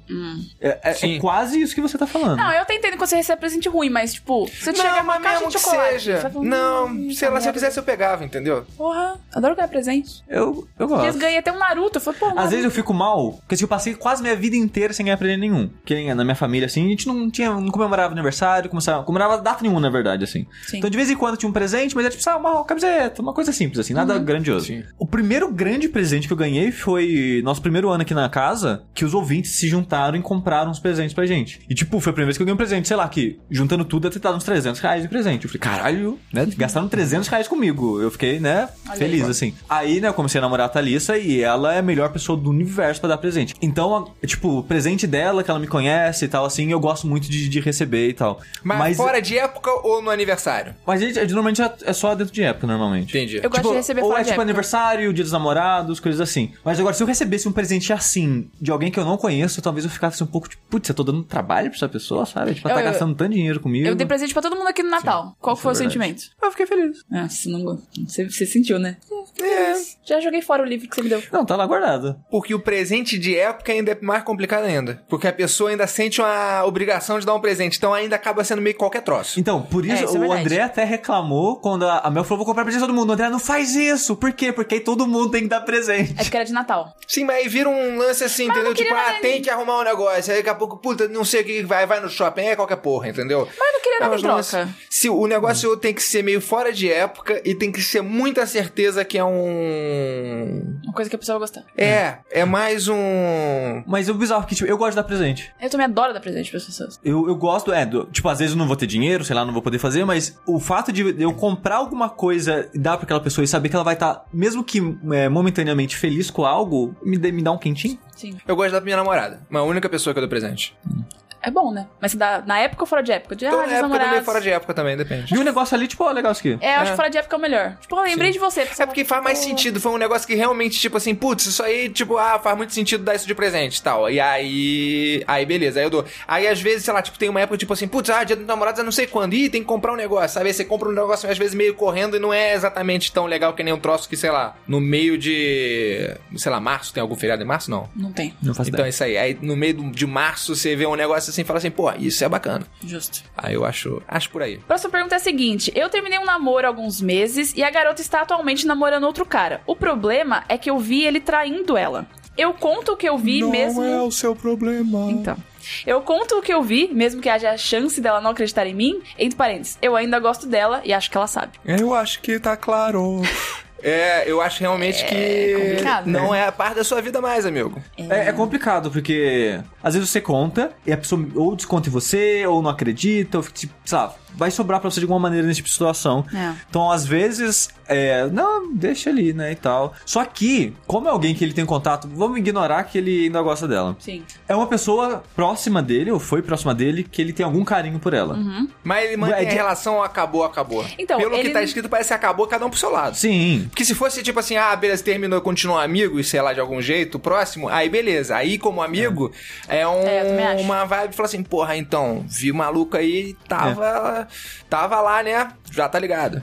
S2: É, é- é
S3: Sim.
S2: quase isso que você tá falando.
S1: Hum. Não, eu até entendo quando você recebe presente ruim, mas, tipo, se eu te chegar
S3: Não,
S1: uma
S3: mas
S1: caixa
S3: mesmo
S1: de
S3: que
S1: chocolate. você
S3: seja.
S1: vai falar, "Hum,
S3: Não, sei lá, se
S1: merda."
S3: eu quisesse eu pegava, entendeu?
S1: Porra, adoro ganhar presente.
S2: Eu, eu
S1: Às vezes
S2: gosto.
S1: ganhei até um Naruto. Eu falei, pô, um
S2: Às vezes eu
S1: Naruto.
S2: fico mal, porque assim, eu passei quase minha vida inteira sem ganhar presente nenhum. Porque na minha família, assim, a gente não tinha, não comemorava aniversário, começava- comemorava data nenhuma, na verdade, assim.
S1: Sim.
S2: Então de vez em quando tinha um presente, mas era tipo, sabe, uma camiseta, uma coisa simples, assim, nada grandioso.
S3: Sim.
S2: O primeiro grande presente que eu ganhei foi nosso primeiro ano aqui na casa, que os ouvintes se juntaram e compraram uns presentes pra gente. E tipo, foi a primeira vez que eu ganhei um presente, sei lá, que juntando tudo, deve ter dado uns 300 reais de presente. Eu falei, caralho, né, gastaram 300 reais comigo. Eu fiquei, né,
S1: aí,
S2: feliz,
S1: mano.
S2: assim. Aí, né, eu comecei a namorar a Thalissa e ela é a melhor pessoa do universo pra dar presente. Então, a- tipo, o presente dela, que ela me conhece e tal, assim, eu gosto muito de, de receber e tal.
S3: Mas, fora de época ou no aniversário?
S2: Mas gente, normalmente é- é só dentro de época, normalmente.
S3: Entendi.
S1: Eu gosto de receber
S2: Ou
S1: fora
S2: é
S1: de
S2: tipo
S1: época.
S2: aniversário, dia dos namorados, coisas assim. Mas agora, se eu recebesse um presente assim de alguém que eu não conheço, talvez eu ficasse um pouco tipo, putz, eu tô dando trabalho pra essa pessoa, sabe? Tipo, ela
S1: Eu-
S2: tá
S1: eu-
S2: gastando tanto dinheiro comigo.
S1: Eu dei presente pra todo mundo aqui no Natal. Qual
S2: isso
S1: foi
S2: é
S1: o
S2: verdade.
S1: sentimento?
S2: Eu fiquei feliz.
S1: Ah, você não. Você, você sentiu, né?
S3: É.
S1: Já joguei fora o livro que você me deu.
S2: Não, tá lá guardado.
S3: Porque o presente de época ainda é mais complicado ainda. Porque a pessoa ainda sente uma obrigação de dar um presente. Então ainda acaba sendo meio que qualquer troço.
S2: Então, por isso,
S1: É, isso é
S2: o
S1: verdade.
S2: André até reclamou quando a a Mel falou: vou comprar presente pra todo mundo. O André não faz isso. Por quê? Porque aí todo mundo tem que dar presente.
S1: É porque era de Natal.
S3: Sim, mas aí vira um lance assim,
S1: Mas eu
S3: entendeu?
S1: não queria
S3: Tipo, ah,
S1: nada
S3: tem que arrumar um negócio. Aí daqui a pouco, puta, não sei o que que vai, vai no shopping. É qualquer porra, entendeu?
S1: Mas eu não queria
S3: É
S1: nada
S3: uns
S1: em troca.
S3: lances- Se o negócio tem que ser meio fora de época e tem que ser muita certeza que é um.
S1: Uma coisa que a pessoa vai gostar.
S3: É, é mais um.
S2: Mas o bizarro é que, tipo, eu gosto de dar presente.
S1: Eu também adoro dar presente pras pessoas.
S2: Eu, eu gosto, é, do- tipo, às vezes eu não vou ter dinheiro, sei lá, não vou poder fazer, mas o fato de eu comprar alguma coisa e dar pra aquela pessoa e saber que ela vai estar, mesmo que é, momentaneamente feliz com algo, me, dê- me dá um quentinho.
S1: Sim.
S3: Eu gosto da minha namorada. Uma única pessoa que eu dou presente.
S1: É bom, né? Mas você dá na época ou fora de época? De,
S3: Então,
S1: ah,
S3: na
S1: meus
S3: época eu
S1: namorados.
S3: também fora de época também, depende.
S2: E o negócio ali, tipo, ó, legal isso aqui.
S1: É, eu acho que fora de época é o melhor. Tipo, eu lembrei de você.
S3: É porque faz mais sentido, foi um negócio que realmente, tipo assim, putz, isso aí, tipo, ah, faz muito sentido dar isso de presente e tal. E aí. Aí, beleza, aí eu dou. Aí às vezes, sei lá, tipo, tem uma época, tipo assim, putz, ah, dia dos namorados é não sei quando. Ih, tem que comprar um negócio, sabe? Aí você compra um negócio, às vezes, meio correndo e não é exatamente tão legal que nem um troço que, sei lá, no meio de. sei lá, março, tem algum feriado em março? Não.
S1: Não tem.
S2: Não faz
S3: Então
S2: ideia.
S3: é isso aí. Aí no meio do- de março você vê um negócio assim e fala assim, pô, isso é bacana.
S1: Justo.
S3: Aí eu acho. Acho por aí.
S1: Próxima pergunta é a seguinte: Eu terminei um namoro há alguns meses e a garota está atualmente namorando outro cara. O problema é que eu vi ele traindo ela. Eu conto o que eu vi mesmo.
S3: é
S2: é
S3: o seu problema.
S1: Então. Eu conto o que eu vi, mesmo que haja a chance dela não acreditar em mim. Entre parênteses, eu ainda gosto dela e acho que ela sabe.
S4: Eu acho que tá claro.
S3: É, eu acho realmente
S1: complicado,
S3: que não
S1: né?
S3: é a parte da sua vida mais, amigo.
S2: É, é complicado, porque às vezes você conta e a pessoa ou desconta em você, ou não acredita, ou fica, tipo, sei lá, vai sobrar pra você de alguma maneira nesse tipo de situação.
S1: É.
S2: Então, às vezes, é, não, deixa ali, né, e tal. Só que, como é alguém que ele tem contato, vamos ignorar que ele ainda gosta dela.
S1: Sim.
S2: É uma pessoa próxima dele, ou foi próxima dele, que ele tem algum carinho por
S1: Uhum.
S2: ela.
S3: Mas ele mantém
S2: É de-
S3: a relação ao acabou, acabou.
S1: Então,
S3: Pelo
S1: ele
S3: que tá
S1: não-
S3: escrito, parece que acabou cada um pro seu lado.
S2: Sim.
S3: Porque se fosse tipo assim, ah, beleza, terminou, continua amigo, e sei lá, de algum jeito, próximo, aí beleza. Aí, como amigo, é, um,
S1: É, eu também acho.
S3: uma vibe fala assim, porra, então, vi o maluco aí,
S4: É.
S3: tava. Tava lá, né? Já tá ligado.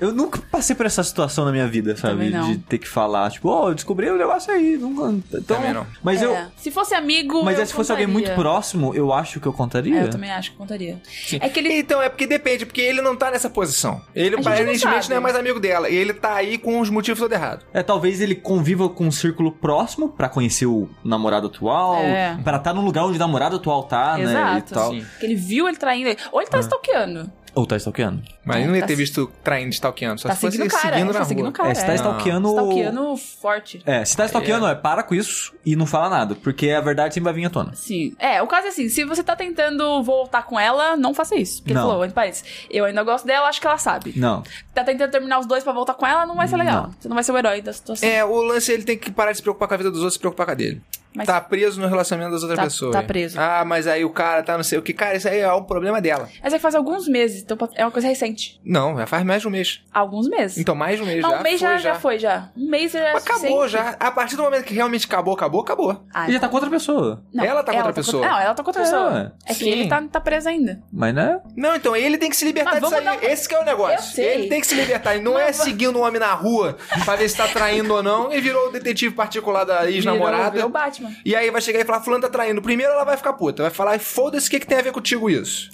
S2: Eu nunca passei por essa situação na minha vida, sabe?
S1: Também não.
S2: De ter que falar, tipo, ó, eu descobri o negócio aí. Nunca... Então,
S3: Também não.
S2: Mas
S1: É.
S2: eu.
S1: Se fosse amigo.
S2: Mas
S1: eu
S2: é, se fosse alguém muito
S1: contaria.
S2: próximo, eu acho que eu contaria.
S1: É, eu também acho que contaria. É que ele.
S3: Então, é porque depende, porque ele não tá nessa posição. Ele
S1: A gente não
S3: aparentemente
S1: sabe.
S3: não é mais amigo dela. E ele tá aí com os motivos todo errado.
S2: É, talvez ele conviva com um círculo próximo pra conhecer o namorado atual,
S1: É.
S2: pra estar num lugar onde o namorado atual tá, né? E
S1: Exato.
S2: tal.
S1: Que ele viu ele traindo ele. Ou ele
S2: É.
S1: tá stalkeando.
S2: Ou tá stalkeando.
S3: Mas ele não ia
S1: Tá
S3: ter
S1: se-
S3: visto traindo, stalkeando. Só
S1: Tá
S3: se fosse
S1: seguindo o cara,
S3: seguindo
S1: tá
S3: na
S1: seguindo
S3: rua.
S1: o cara. Ah,
S2: é, se tá
S1: é?
S2: stalkeando.
S1: Stalkeando forte.
S2: É, se tá stalkeando, é. para com isso e não fala nada, porque a verdade sempre vai vir à tona.
S1: Sim. É, o caso é assim, se você tá tentando voltar com ela, não faça isso. Porque
S2: Não.
S1: ele falou, entre parênteses, eu ainda gosto dela, acho que ela sabe.
S2: Não.
S1: Tá tentando terminar os dois pra voltar com ela, não vai ser legal.
S2: Não.
S1: Você não vai ser o herói da situação.
S3: É, o lance ele tem que parar de se preocupar com a vida dos outros e se preocupar com a dele.
S1: Mas-
S3: Tá preso no relacionamento das outras
S1: Tá-
S3: pessoas.
S1: tá preso.
S3: Ah, mas aí o cara tá não sei o que. Cara, isso aí é um problema dela.
S1: Mas é que faz alguns meses, então é uma coisa recente.
S3: Não, já faz mais de um mês.
S1: Alguns meses.
S3: Então, mais de um mês
S1: Mas
S3: já.
S1: um mês
S3: foi,
S1: já, já foi, já. Um mês já é
S3: Acabou
S1: suficiente.
S3: já. A partir do momento que realmente acabou, acabou, acabou.
S1: Ah,
S2: Ele já tá com outra pessoa.
S1: não,
S3: ela tá com outra pessoa.
S1: Não, ela tá com outra
S2: É,
S1: pessoa. É
S3: sim.
S1: que ele tá, tá preso ainda.
S2: Mas né?
S3: Não, então ele tem que se libertar
S1: Mas
S3: disso aí.
S1: vamos dar um-
S3: Esse que é o negócio.
S1: Eu sei.
S3: Ele tem que se libertar. Ele não é seguindo um homem na rua pra ver se tá traindo ou não. Ele virou o detetive particular da
S1: Virou-
S3: ex-namorada.
S1: virou o Batman.
S3: E aí vai chegar e falar, fulano tá traindo. Primeiro ela vai ficar puta, vai falar, foda-se, o que, que tem a ver contigo isso?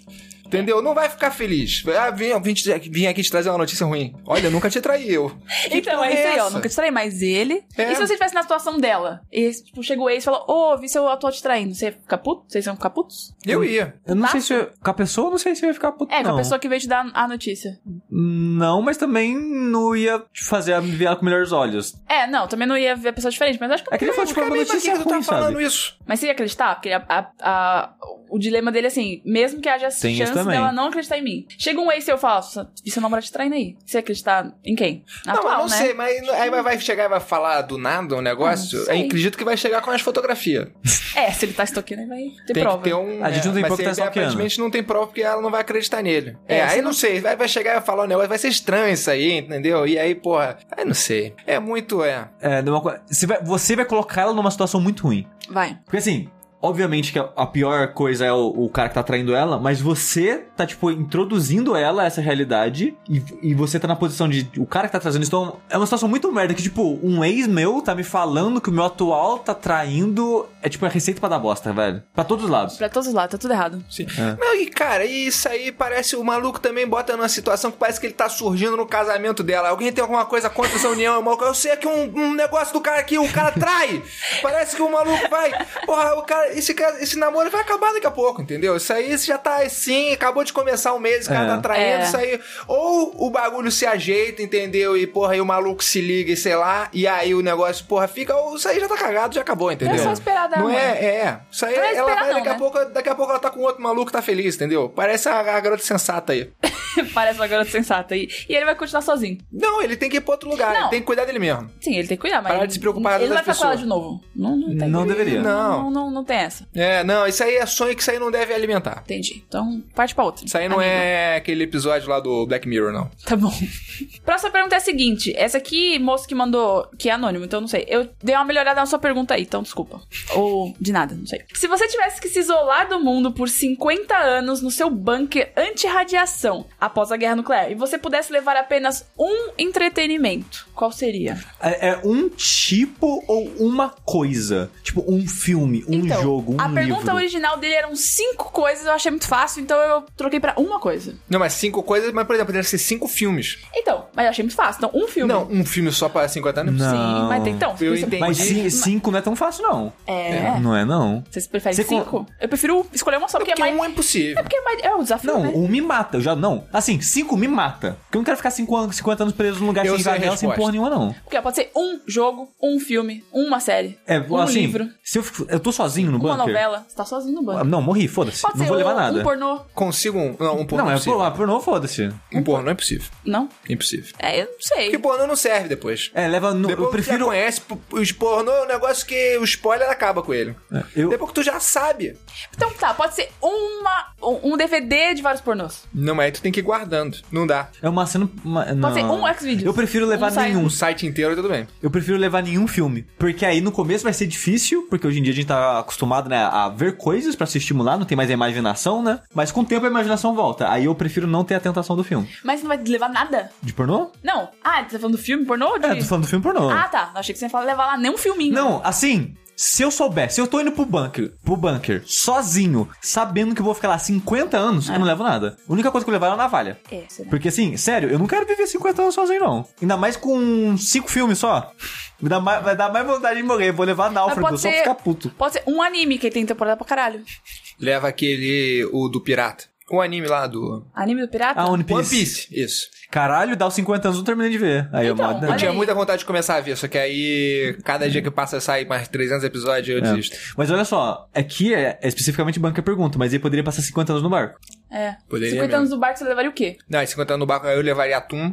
S3: Entendeu? Não vai ficar feliz. Vai, Ah, vim, vim, te- vim aqui te trazer uma notícia ruim. Olha, eu nunca te traí eu. Que
S1: Então,
S3: porra
S1: é isso aí, ó.
S3: essa?
S1: Nunca te traí, mas ele.
S3: É.
S1: E se você estivesse na situação dela? E, tipo, chega o ex e fala, ô, vi seu atual te traindo. Você fica puto? Vocês são caputos?
S3: Eu ia.
S2: Eu não
S1: Tá.
S2: sei se. eu- Com a pessoa, eu não sei se eu ia ficar puto.
S1: É,
S2: não.
S1: com a pessoa que veio te dar a notícia.
S2: Não, mas também não ia fazer a ver ela com melhores olhos.
S1: É, não, também não ia ver a pessoa diferente, mas acho que.
S2: É que ele falou, tipo, uma
S3: Cara, mas pra
S2: notícia
S3: que que tu tá
S2: ruim,
S3: falando
S2: sabe?
S3: isso?
S1: Mas você ia acreditar? Porque a- a- a- o dilema dele é assim: mesmo que haja
S2: Tem isso
S1: chance
S2: também.
S1: dela não acreditar em mim. Chega um ex e eu falo, e seu namorado te traindo aí. Você ia acreditar em quem? Na
S3: não, mas
S1: atual,
S3: não
S1: né?
S3: sei, mas aí vai- vai chegar e vai falar do nada um negócio.
S1: Não sei.
S3: Aí acredito que vai chegar com as fotografias.
S1: É, se ele tá estoqueando, aí vai ter
S3: Tem
S1: prova.
S3: que ter um.
S2: A gente não tem
S3: mas
S2: prova que
S3: ele
S2: tá stalkeando.
S3: Aparentemente não tem prova porque ela não vai acreditar nele. É,
S1: É, se
S3: aí não,
S1: não-
S3: sei. Vai, vai chegar e vai falar um negócio, vai ser estranho isso aí, entendeu? E aí, porra. Aí não sei. É muito, é. um-
S2: É, numa co- você, vai, você vai colocar ela numa situação muito ruim.
S1: Vai.
S2: Porque assim, Obviamente que a, a pior coisa é o, o cara que tá traindo ela, mas você tá, tipo, introduzindo ela a essa realidade e, e você tá na posição de. O cara que tá trazendo isso. Então, é uma situação muito merda que, tipo, um ex meu tá me falando que o meu atual tá traindo. É tipo, é receita pra dar bosta, velho. Pra todos os lados.
S1: Pra todos os lados, tá tudo errado.
S3: Sim. Não, e cara, e isso aí parece. O maluco também bota numa situação que parece que ele tá surgindo no casamento dela. Alguém tem alguma coisa contra essa união? O maluco, eu sei que um, um negócio do cara aqui, o cara trai. parece que o maluco vai. Porra, o cara, esse, cara- esse namoro vai acabar daqui a pouco, entendeu? Isso aí isso já tá assim, acabou de começar um mês, o cara
S2: É.
S3: tá
S1: É.
S3: traindo, isso aí. Ou o bagulho se ajeita, entendeu? E porra, aí o maluco se liga e sei lá. E aí o negócio, porra, fica. Ou isso aí já tá cagado, já acabou, entendeu?
S1: só esperar dar
S3: Não
S1: uma-
S3: é, é. Isso aí
S1: Não é
S3: ela
S1: esperar
S3: vai
S1: não,
S3: daqui a
S1: né?
S3: pouco, daqui a pouco ela tá com outro maluco que tá feliz, entendeu? Parece a, a garota sensata aí.
S1: Parece uma garota sensata. E, e ele vai continuar sozinho.
S3: Não, ele tem que ir pra outro lugar,
S1: Não.
S3: ele tem que cuidar dele mesmo.
S1: Sim, ele tem que cuidar, mas.
S3: Parar de se preocupar
S1: Ele
S3: das
S1: não vai ficar com ela
S3: pessoas.
S1: de novo. Não, não tem.
S2: Não deveria.
S1: Não,
S3: Não.
S1: não, não tem essa.
S3: É, não, isso aí é sonho que isso aí não deve alimentar.
S1: Entendi. Então, parte pra outra.
S3: Isso aí não é aquele episódio lá do Black Mirror, não.
S1: Tá bom. Próxima pergunta é a seguinte. Essa aqui, moço que mandou, que é anônimo, então não sei. Eu dei uma melhorada na sua pergunta aí, então desculpa. Ou de nada, não sei. Se você tivesse que se isolar do mundo por 50 anos no seu bunker anti-radiação após a guerra nuclear e você pudesse levar apenas um entretenimento, qual seria?
S2: É, é um tipo ou uma coisa. Tipo, um filme, um
S1: Então,
S2: jogo, um
S1: a
S2: livro.
S1: pergunta original dele eram cinco coisas, eu achei muito fácil, então eu troquei pra uma coisa.
S3: Não, mas cinco coisas, mas por exemplo, poderia ser cinco filmes.
S1: Então, mas eu achei muito fácil. Então, um filme.
S3: Não, um filme só pra 50 anos?
S2: Não.
S1: Sim, mas tem então.
S3: Eu
S1: você-
S3: entendi.
S2: Mas ci- cinco não é tão fácil, não.
S1: É.
S2: Não é, não.
S1: Vocês preferem
S2: Você com-
S1: cinco? Eu prefiro escolher uma só, porque,
S3: Porque
S1: é mais.
S3: um é impossível.
S1: É porque é mais. É o desafio,
S2: Não,
S1: né?
S2: um me mata. Eu já. Não. Assim, cinco me mata. Porque eu não quero ficar cinco anos, 50 anos preso num lugar
S3: Eu
S2: sem
S3: sei a
S2: janela, sem
S3: resposta.
S2: porra nenhuma, não.
S1: Porque ó, pode ser um jogo, um filme, uma série,
S2: É,
S1: um
S2: assim,
S1: livro,
S2: Se eu, fico- eu tô sozinho no
S1: uma
S2: bunker.
S1: novela. Você tá sozinho no
S2: Ah,
S1: banco.
S2: Não, morri, foda-se.
S1: Pode
S2: Não
S1: ser
S2: vou
S1: um,
S2: levar nada.
S1: um pornô.
S3: Consigo um. Não, um porno
S2: não,
S3: é
S2: é
S3: impossível.
S2: por, pornô, foda-se.
S3: Um porno é impossível.
S1: Não?
S3: Impossível.
S1: É, eu não sei.
S3: Porque pornô não serve depois.
S2: É, leva. No,
S3: Depois
S2: eu
S3: que tu já
S2: prefiro.
S3: conhece, p- os pornô é um negócio que o spoiler acaba com ele.
S2: É, eu-
S3: Depois que tu já sabe.
S1: Então tá, pode ser uma, um um DVD de vários pornôs.
S3: Não, mas aí tu tem que ir guardando. Não dá.
S2: É uma cena. Uma, não.
S1: ser um Xvideos.
S2: Eu prefiro levar
S1: Um site.
S2: nenhum.
S3: Um site inteiro, tudo bem.
S2: Eu prefiro levar nenhum filme. Porque aí no começo vai ser difícil, porque hoje em dia a gente tá acostumado, né, a ver coisas pra se estimular, não tem mais a imaginação, né? Mas com o tempo a imaginação volta. Aí eu prefiro não ter a tentação do filme.
S1: Mas não vai levar nada?
S2: De pornô?
S1: Não. Ah, você tá falando do filme pornô? ou De...
S2: É, tô falando do filme pornô.
S1: Ah, tá. Achei que você ia falar levar lá nem um filminho.
S2: Não, assim, se eu soubesse, se eu tô indo pro bunker, pro bunker, sozinho, sabendo que eu vou ficar lá 50 anos, eu não levo nada. A única coisa que eu levar é uma navalha.
S1: É, será?
S2: Porque assim, sério, eu não quero viver 50 anos sozinho, não. Ainda mais com cinco filmes só. Me dá mais, vai dar mais vontade de morrer. Vou levar náufrago, eu só ficar puto.
S1: Pode ser um anime que tem temporada pra caralho.
S3: Leva aquele. o do pirata. O anime lá do.
S1: Anime do pirata?
S2: Ah, One Piece.
S3: One Piece. Isso.
S2: Caralho, dá os 50 anos, eu não terminei de ver. Aí eu
S1: Então,
S2: mando-
S1: olha
S3: Eu tinha
S1: aí.
S3: muita vontade de começar a ver, só que aí cada dia que passa sai mais 300 episódios e eu
S2: É.
S3: desisto.
S2: Mas olha só, aqui é, é especificamente banca pergunta, mas ele poderia passar 50 anos no barco.
S1: É.
S3: Poderia
S1: 50
S3: mesmo.
S1: anos do barco, você levaria o quê?
S3: Não, e 50 anos no barco, aí eu levaria atum,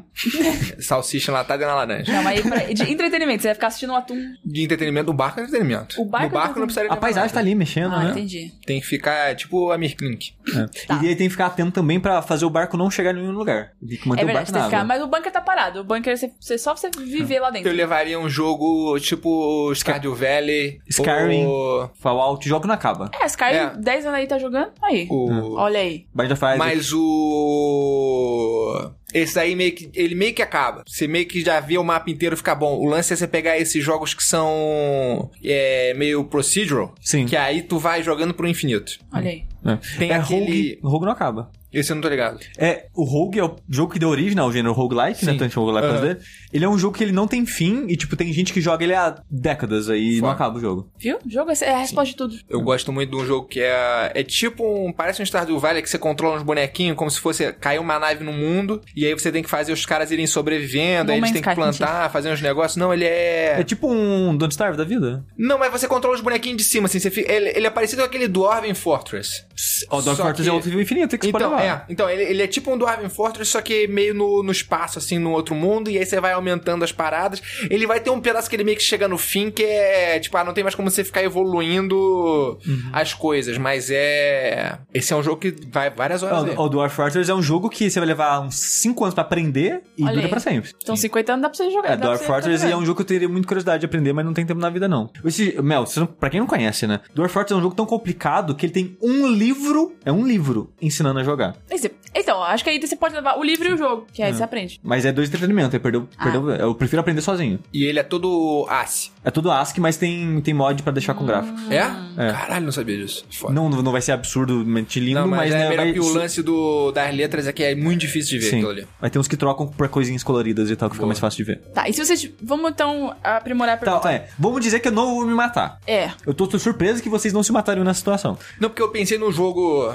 S3: salsicha enlatada e na laranja.
S1: Não, mas aí pra- de entretenimento, você vai ficar assistindo um atum.
S3: De entretenimento, o barco é entretenimento.
S1: O barco
S3: no barco
S1: é
S3: não precisaria
S2: A
S3: levar
S2: paisagem tá
S3: nada.
S2: ali mexendo,
S1: Ah,
S2: né?
S1: entendi.
S3: Tem que ficar tipo a Mirklink.
S2: É.
S1: Tá.
S2: E aí tem que ficar atento também pra fazer o barco não chegar em nenhum lugar. Tem que manter
S1: É
S2: o
S1: verdade,
S2: barco
S1: você tem
S2: na
S1: que ficar.
S2: água.
S1: Mas o bunker tá parado. O bunker você, você- só você viver lá dentro.
S3: Eu levaria um jogo tipo Stardew Valley.
S2: Skyrim.
S3: Ou...
S2: Fallout, jogo não acaba.
S1: É, Sky,
S3: É.
S1: 10 anos aí tá jogando. Aí.
S2: Hum.
S3: O...
S1: Olha aí.
S2: Bind of Isaac.
S3: Mas o. Esse aí meio que. Ele meio que acaba. Você meio que já vê o mapa inteiro ficar bom. O lance é você pegar esses jogos que são. É, meio procedural.
S2: Sim.
S3: Que aí tu vai jogando pro infinito.
S1: Olha aí.
S2: É,
S3: Tem
S2: é
S3: aquele-
S2: Rogue. Rogue não acaba.
S3: Esse eu não tô ligado.
S2: É, o Rogue é o jogo que deu origem ao gênero roguelike, né?
S3: Sim.
S2: Tanto roguelike
S3: Aham.
S2: uhum. dele. Ele é um jogo que ele não tem fim e, tipo, tem gente que joga ele há décadas aí e não
S3: Foda.
S2: acaba o jogo.
S1: Viu? O Jogo é é a resposta de tudo.
S3: Eu gosto muito de um jogo que é. É tipo um. Parece um Stardew Valley que você controla uns bonequinhos, como se fosse. Caiu uma nave no mundo, e aí você tem que fazer os caras irem sobrevivendo,
S1: No
S3: aí eles
S1: Man's
S3: têm que
S1: Sky,
S3: plantar, fazer uns negócios. Não, ele é.
S2: É tipo um Don't Starve da vida.
S3: Não, mas você controla os bonequinhos de cima, assim. Você fica... ele, ele é parecido com aquele do Orban Fortress.
S2: O Dark
S3: Só
S2: Fortress
S3: que-
S2: é outro infinito, que você
S3: Então,
S2: pode levar.
S3: É, então, ele, ele é tipo um Dwarven Fortress, só que meio no, no espaço, assim, no outro mundo, e aí você vai aumentando as paradas. Ele vai ter um pedaço que ele meio que chega no fim, que é, tipo, ah, não tem mais como você ficar evoluindo
S2: Uhum.
S3: as coisas, mas é... Esse é um jogo que vai várias horas aí.
S2: O, o Dwarf Fortress é um jogo que você vai levar uns 5 anos pra aprender e
S1: Olha
S2: dura
S1: aí.
S2: pra sempre.
S1: Então, 50 anos dá pra você jogar.
S2: É,
S1: dá pra
S2: Dwarf
S1: você
S2: Fortress
S1: ficar
S2: é um jogo que eu teria muita curiosidade de aprender, mas não tem tempo na vida, não. Esse, Mel, você não, pra quem não conhece, né? Dwarf Fortress é um jogo tão complicado que ele tem um livro, é um livro, ensinando a jogar.
S1: jogando. Esse- Então, acho que aí você pode levar o livro e o jogo, que aí você aprende.
S2: Mas é dois entretenimento, é perdeu,
S1: Ah.
S2: perdeu, eu prefiro aprender sozinho.
S3: E ele é todo ace.
S2: É tudo ASCII, mas tem, tem mod pra deixar com
S1: Hum.
S2: gráfico.
S3: É?
S2: É.
S3: Caralho, não sabia disso. Foda.
S2: Não, não vai ser absurdamente lindo,
S3: Não,
S2: mas,
S3: mas, é
S2: né,
S3: melhor
S2: vai,
S3: que o lance do, das letras é que é muito difícil de ver
S2: sim,
S3: aquilo ali.
S2: vai ter uns que trocam pra coisinhas coloridas e tal, que fica
S3: Boa.
S2: mais fácil de ver.
S1: Tá, e se vocês... Vamos, então, aprimorar a
S2: Tá,
S1: pergunta.
S2: é, vamos dizer que eu não vou me matar.
S1: É.
S2: Eu tô, tô surpreso que vocês não se matariam nessa situação.
S3: Não, porque eu pensei no jogo,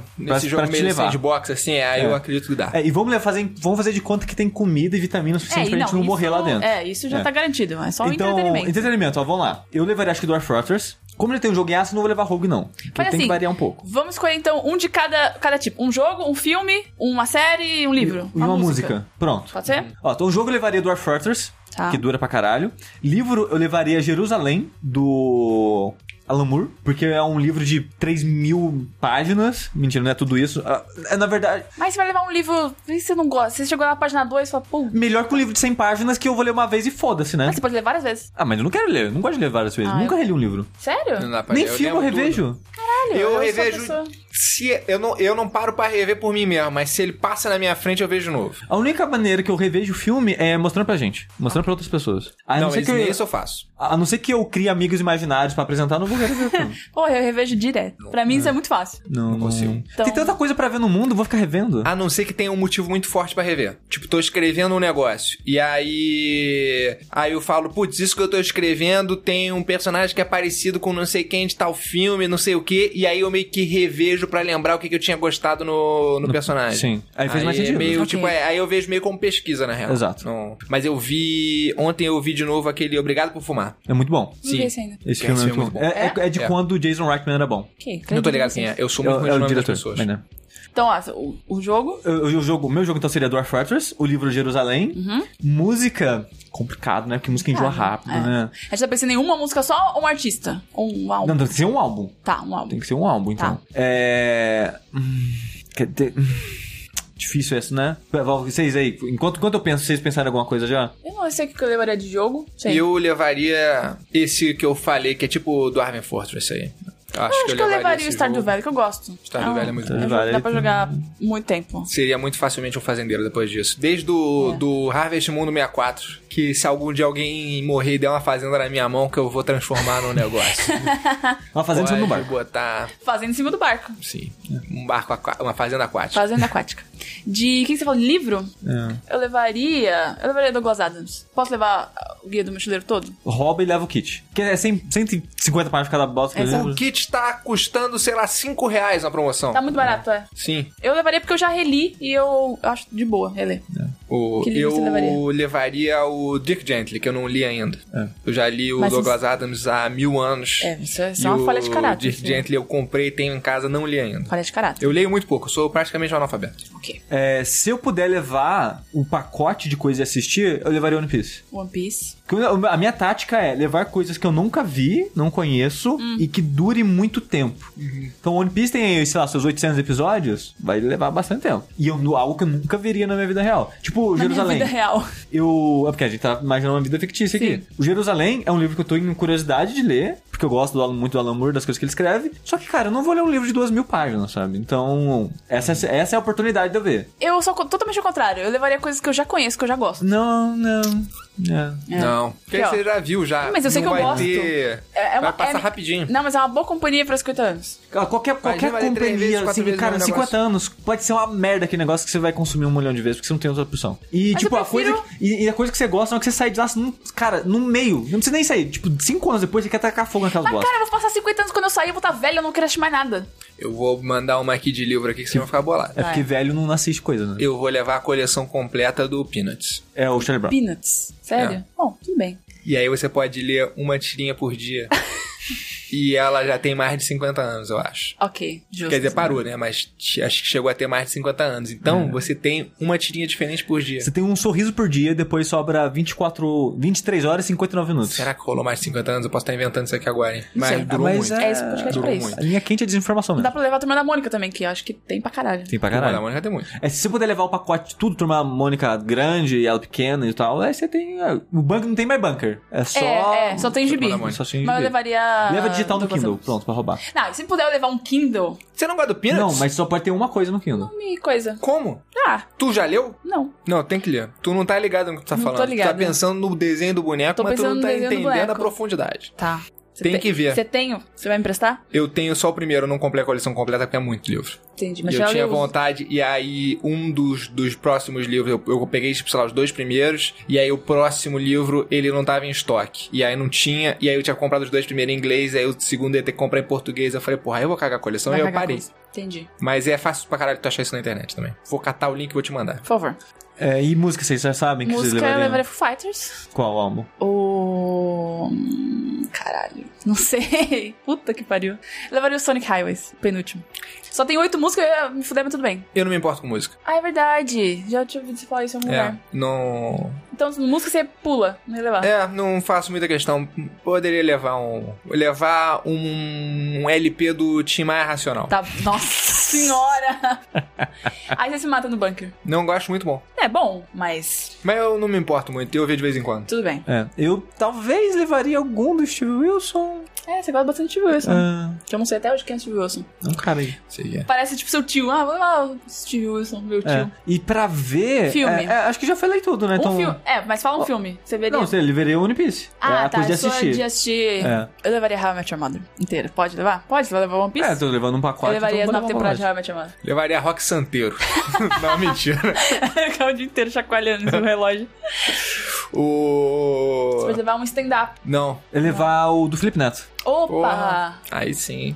S2: pra
S3: nesse jogo
S2: te
S3: meio
S2: levar.
S3: sandbox, assim, aí
S2: É.
S3: eu acredito que dá.
S2: É, e vamos le- fazer, vamos fazer de conta que tem comida e vitamina
S1: Ah. É,
S2: suficiente
S1: e
S2: pra gente não
S1: isso-
S2: morrer lá dentro.
S1: É, isso já
S2: É.
S1: tá garantido. É só o
S2: então,
S1: entretenimento.
S2: ó, vamos lá. Eu levaria acho que Dwarf Fortress. Como ele tem um jogo em aço, eu não vou levar Rogue, não. Porque
S1: Mas
S2: tem
S1: assim,
S2: que variar um pouco.
S1: Vamos escolher, então, um de cada, cada tipo. Um jogo, um filme, uma série, um livro.
S2: E uma música. Pronto.
S1: Pode ser?
S2: Ó, então o jogo eu levaria Dwarf Fortress,
S1: Tá.
S2: que dura pra caralho. Livro eu levaria Jerusalém, do Alan Moore, porque é um livro de 3 mil páginas. Mentira, não é tudo isso. Ah, É, na verdade,
S1: Mas você vai levar um livro que você não gosta. Você chegou na página 2 e fala, pô...
S2: melhor que um livro de 100 páginas que eu vou ler uma vez e foda-se, né?
S1: Mas você pode ler várias vezes.
S2: Ah, mas eu não quero ler, eu não gosto de ler várias vezes.
S1: Ah,
S2: Nunca
S1: eu-
S2: reli um livro.
S1: Sério?
S3: Não dá pra
S2: Nem
S3: ver,
S2: filme eu
S3: lembro tudo.
S2: revejo.
S1: Caralho,
S3: Eu
S1: sou
S3: revejo-
S1: pessoa-
S3: Se, é, eu, não, eu não paro pra rever por mim mesmo, mas se ele passa na minha frente, eu vejo de novo.
S2: A única maneira que eu revejo o filme é mostrando pra gente, mostrando pra outras pessoas. A não,
S3: não,
S2: ser
S3: mas
S2: que eu,
S3: nem isso eu faço.
S2: a não ser que eu crie amigos imaginários pra apresentar, eu não vou querer ver o filme.
S1: Porra, eu revejo direto. Pra mim isso é
S3: Hum.
S1: muito fácil.
S2: Não, não
S3: consigo.
S2: Tem
S1: Então-
S2: tanta coisa pra ver no mundo, eu vou ficar revendo.
S3: A não ser que tenha um motivo muito forte pra rever. Tipo, tô escrevendo um negócio. E aí. Aí eu falo, putz, isso que eu tô escrevendo tem um personagem que é parecido com não sei quem de tal filme, não sei o quê. E aí eu meio que revejo pra lembrar o que, que eu tinha gostado no, no, personagem.
S2: sim. Aí fez mais
S3: é
S2: sentido.
S3: meio,
S1: Ok.
S3: tipo, é, aí eu vejo meio como pesquisa, na real.
S2: Exato.
S3: Não- mas eu vi. Ontem eu vi de novo aquele Obrigado por Fumar.
S2: É muito bom.
S1: Não vi esse ainda.
S2: Esse
S3: É,
S2: filme
S3: esse
S2: é muito bom. É, é- é de
S3: É.
S2: quando o Jason Reitman era bom.
S1: Ok, acredito
S3: Não tô
S1: em
S3: ligado quem
S1: vocês.
S3: é. Eu sou
S2: É,
S3: muito
S2: o- é
S3: ruim de
S2: o
S3: nome das
S2: diretor.
S3: pessoas.
S2: mas, né?
S1: Então, ó, o, o jogo...
S2: Eu- eu- o jogo, meu jogo então seria Dwarf Fortress, o livro Jerusalém.
S1: Uhum.
S2: Música, complicado, né? Porque música enjoa rápido,
S1: É.
S2: né?
S1: A gente tá pensando em uma música só ou um artista? Ou um álbum?
S2: Não, tem que ser um álbum.
S1: Tá, um álbum.
S2: Tem que ser um álbum, então.
S1: Tá.
S2: É. hum, quer dizer, hum, Difícil essa, né? Vocês aí, enquanto, enquanto eu penso, vocês pensaram em alguma coisa já?
S1: Eu não sei o que eu levaria de jogo. Sei.
S3: Eu levaria esse que eu falei, que é tipo do Armin Fortress aí. Eu
S1: Eu acho que eu levaria
S3: esse
S1: o Stardew
S3: jogo.
S1: Valley, que eu gosto.
S3: Stardew
S1: É um-
S3: Valley é muito
S1: é um
S2: bom.
S1: jogo que Dá pra
S2: Valley.
S1: jogar muito tempo.
S3: Seria muito facilmente um fazendeiro depois disso. Desde
S1: É.
S3: do, do Harvest Moon do 64, que se algum dia alguém morrer e der uma fazenda na minha mão, que eu vou transformar num negócio.
S2: Uma fazenda
S3: Pode
S2: sendo no barco.
S3: botar,
S1: Fazenda em cima do barco.
S3: sim, um barco, aqua- uma fazenda aquática.
S1: Fazenda aquática. De. O que você falou? Livro?
S2: É.
S1: Eu levaria. Eu levaria Douglas Adams. Posso levar o guia do mochileiro todo?
S2: Rouba e leva o kit. Que é 100, 150 páginas cada bosta que eu
S3: O
S2: lembro.
S3: kit tá custando, sei lá, 5 reais na promoção.
S1: Tá muito barato, é.
S3: Sim.
S1: Eu levaria porque eu já reli e eu acho de boa reler.
S3: O,
S1: Que livro
S3: eu
S1: você levaria?
S3: levaria o Dick Gently, que eu não li ainda.
S2: É.
S3: Eu já li o
S1: Mas
S3: Douglas Adams há mil anos.
S1: É, isso é
S3: E
S1: só uma
S3: o
S1: falha de caráter.
S3: Dirk
S1: assim.
S3: Gently eu comprei, tenho em casa, não li ainda.
S1: Falha de caráter.
S3: Eu leio muito pouco, eu sou praticamente um analfabeto.
S1: Ok.
S2: É, se eu puder levar um pacote de coisas e assistir, eu levaria One Piece.
S1: One Piece.
S2: Porque eu- A minha tática é levar coisas que eu nunca vi, não conheço
S1: Uhum.
S2: e que dure muito tempo. Então One Piece tem, sei lá, seus 800 episódios, vai levar bastante tempo. E eu, algo que eu nunca veria na minha vida real. Tipo,
S1: Na minha
S2: Jerusalém.
S1: vida real.
S2: Eu. É porque a gente tá imaginando uma vida fictícia aqui.
S1: Sim.
S2: O Jerusalém é um livro que eu tô em curiosidade de ler, porque eu gosto do Alan- muito do Alan Moore, das coisas que ele escreve. Só que, cara, eu não vou ler um livro de duas mil páginas, sabe? Então, essa, essa é a oportunidade de eu ver.
S1: Eu sou co- totalmente ao contrário. Eu levaria coisas que eu já conheço, que eu já gosto.
S2: Não, não. não.
S1: É.
S3: Não. Porque
S1: Aqui, ó.
S3: você já viu já.
S1: Mas eu sei
S3: não
S1: que eu
S3: vai
S1: gosto.
S3: Ter...
S1: É- é uma-
S3: vai passar
S1: é-
S3: rapidinho.
S1: Não, mas é uma boa companhia para 50 anos.
S2: Cara, Qualquer, qualquer
S3: vai ler três
S2: companhia,
S3: vezes, quatro
S2: assim,
S3: vezes
S2: cara,
S3: o mesmo
S2: 50 anos, pode ser uma merda aquele negócio que você vai consumir um milhão de vezes, porque você não tem outra opção. E,
S1: Mas
S2: tipo,
S1: eu
S2: a coisa.
S1: prefiro-
S2: que- e, e a coisa que você gosta não é que você sai de lá, num- cara, no meio. Não precisa nem sair. Tipo, cinco anos depois você quer tacar fogo naquelas
S1: Mas,
S2: bostas.
S1: cara, eu vou passar 50 anos quando eu sair, eu vou estar velha, eu não quero assistir mais nada.
S3: Eu vou mandar uma aqui de livro aqui que você vai ficar bolado.
S2: É porque
S1: vai.
S2: velho não assiste coisa, né?
S3: Eu vou levar a coleção completa do Peanuts.
S2: É o Charlie Brown.
S1: Peanuts. Sério?
S3: É.
S1: Bom, tudo bem.
S3: E aí você pode ler uma tirinha por dia. e ela já tem mais de 50 anos, eu acho.
S1: Ok, justo.
S3: Quer dizer, parou, né? Mas t- acho que chegou a ter mais de 50 anos. Então, você tem uma tirinha diferente por dia.
S2: Você tem um sorriso por dia, depois sobra 24, 23 horas e 59 minutos.
S3: Será que rolou mais de 50 anos? Eu posso estar inventando isso aqui agora, hein?
S1: Não
S3: Mas
S1: sei.
S3: durou
S2: Mas
S3: muito.
S2: é-
S1: É esse podcast
S3: Durou
S1: pra isso.
S3: muito.
S2: A linha quente é desinformação mesmo.
S1: Dá pra levar a turma da Mônica também, que eu acho que tem pra caralho.
S2: Tem pra
S3: Turma da
S2: caralho.
S3: Mônica né? tem muito.
S2: É, se você puder levar o pacote de tudo, turma Mônica grande e ela pequena e tal, aí você tem. é, o banco não tem mais bunker. É só.
S1: É, é, só tem gibi.
S3: da Mônica.
S2: Só tem
S1: Mas eu
S2: gibi.
S1: levaria.
S2: Leva digital no
S1: Douglas
S2: Kindle,
S1: Adams.
S2: pronto, pra roubar.
S1: Não, se puder eu levar um Kindle,
S3: Você não gosta do Peanuts?
S2: Não, mas só pode ter uma coisa no Kindle.
S1: me coisa.
S3: Como?
S1: Ah,
S3: Tu já leu?
S1: não.
S3: Não, tem que ler. Tu não tá ligado no que tu tá
S1: Não tô
S3: falando.
S1: ligada.
S3: Tu tá pensando no desenho do boneco,
S1: Tô
S3: mas tu
S1: pensando
S3: não
S1: no
S3: tá
S1: desenho do
S3: entendendo a
S1: boneco.
S3: profundidade.
S1: Tá. Você
S3: Tem que ver.
S1: Você tem? Você vai me emprestar?
S3: Eu tenho só o primeiro, eu não comprei a coleção completa porque é muito livro.
S1: Entendi.
S3: E
S1: Mas
S3: eu
S1: ela
S3: tinha
S1: usa.
S3: vontade, e aí um dos, dos próximos livros, eu, eu peguei, tipo, sei lá, os dois primeiros, e aí o próximo livro, ele não tava em estoque. E aí não tinha, e aí eu tinha comprado os dois primeiros em inglês, aí o segundo ia ter que comprar em português. Eu falei, porra, aí eu vou cagar a coleção,
S1: Vai
S3: e então eu
S1: cagar
S3: parei.
S1: coisa. Entendi.
S3: Mas é fácil pra caralho tu achar isso na internet também. Vou catar o link e vou te mandar.
S1: Por favor.
S2: É, e música, vocês já sabem que vocês
S1: Música eu
S2: levariam.
S1: levaria Foo Fighters.
S2: Qual álbum?
S1: O. hum, Caralho. Não sei. Puta que pariu. Eu levaria o Sonic Highways, penúltimo. Só tem oito músicas, eu ia me fuder, mas tudo bem.
S3: Eu não me importo com música.
S1: Ah, é verdade. Já tinha ouvido você falar isso em algum
S3: É,
S1: lugar.
S3: não.
S1: Então, música você pula, não ia levar.
S3: É, não faço muita questão. Poderia levar um. Levar um, um LP do Tim Maia Racional.
S1: Tá, nossa senhora! Aí você se mata no bunker.
S3: Não gosto muito bom.
S1: É bom, mas
S3: Mas eu não me importo muito, eu vejo de vez em quando.
S1: tudo bem.
S2: É, eu talvez levaria algum do Steve Wilson.
S1: É, você gosta bastante de Steve Wilson.
S2: Ah,
S1: Que eu não sei até hoje quem é Steve Wilson.
S2: um cara aí.
S3: Sei é.
S1: Parece tipo seu tio. Ah, vamos lá, o Steve Wilson, meu tio.
S2: É. E pra ver.
S1: Filme.
S2: é, é, acho que já falei tudo, né?
S1: Um
S2: então,
S1: filme. É, mas fala um filme. Você veria.
S2: Não, você levaria One Piece. é
S1: ah,
S2: a
S1: tá.
S2: coisa de
S1: eu sou
S2: assistir.
S1: de assistir.
S2: É.
S1: Eu levaria How I Met Your Mother inteira. Pode levar? Pode levar One Piece?
S2: É, tô levando um pacote.
S1: eu levaria as
S2: então vou
S1: nove
S2: levar um
S1: temporadas de How I Met Your Mother.
S3: Levaria Rock Santeiro. não, mentira.
S1: Ficar o dia inteiro chacoalhando no relógio.
S3: O.
S1: Pode levar um stand-up.
S3: Não.
S2: pacote. É levar o do Felipe Neto.
S1: Opa!
S3: Porra. Aí sim.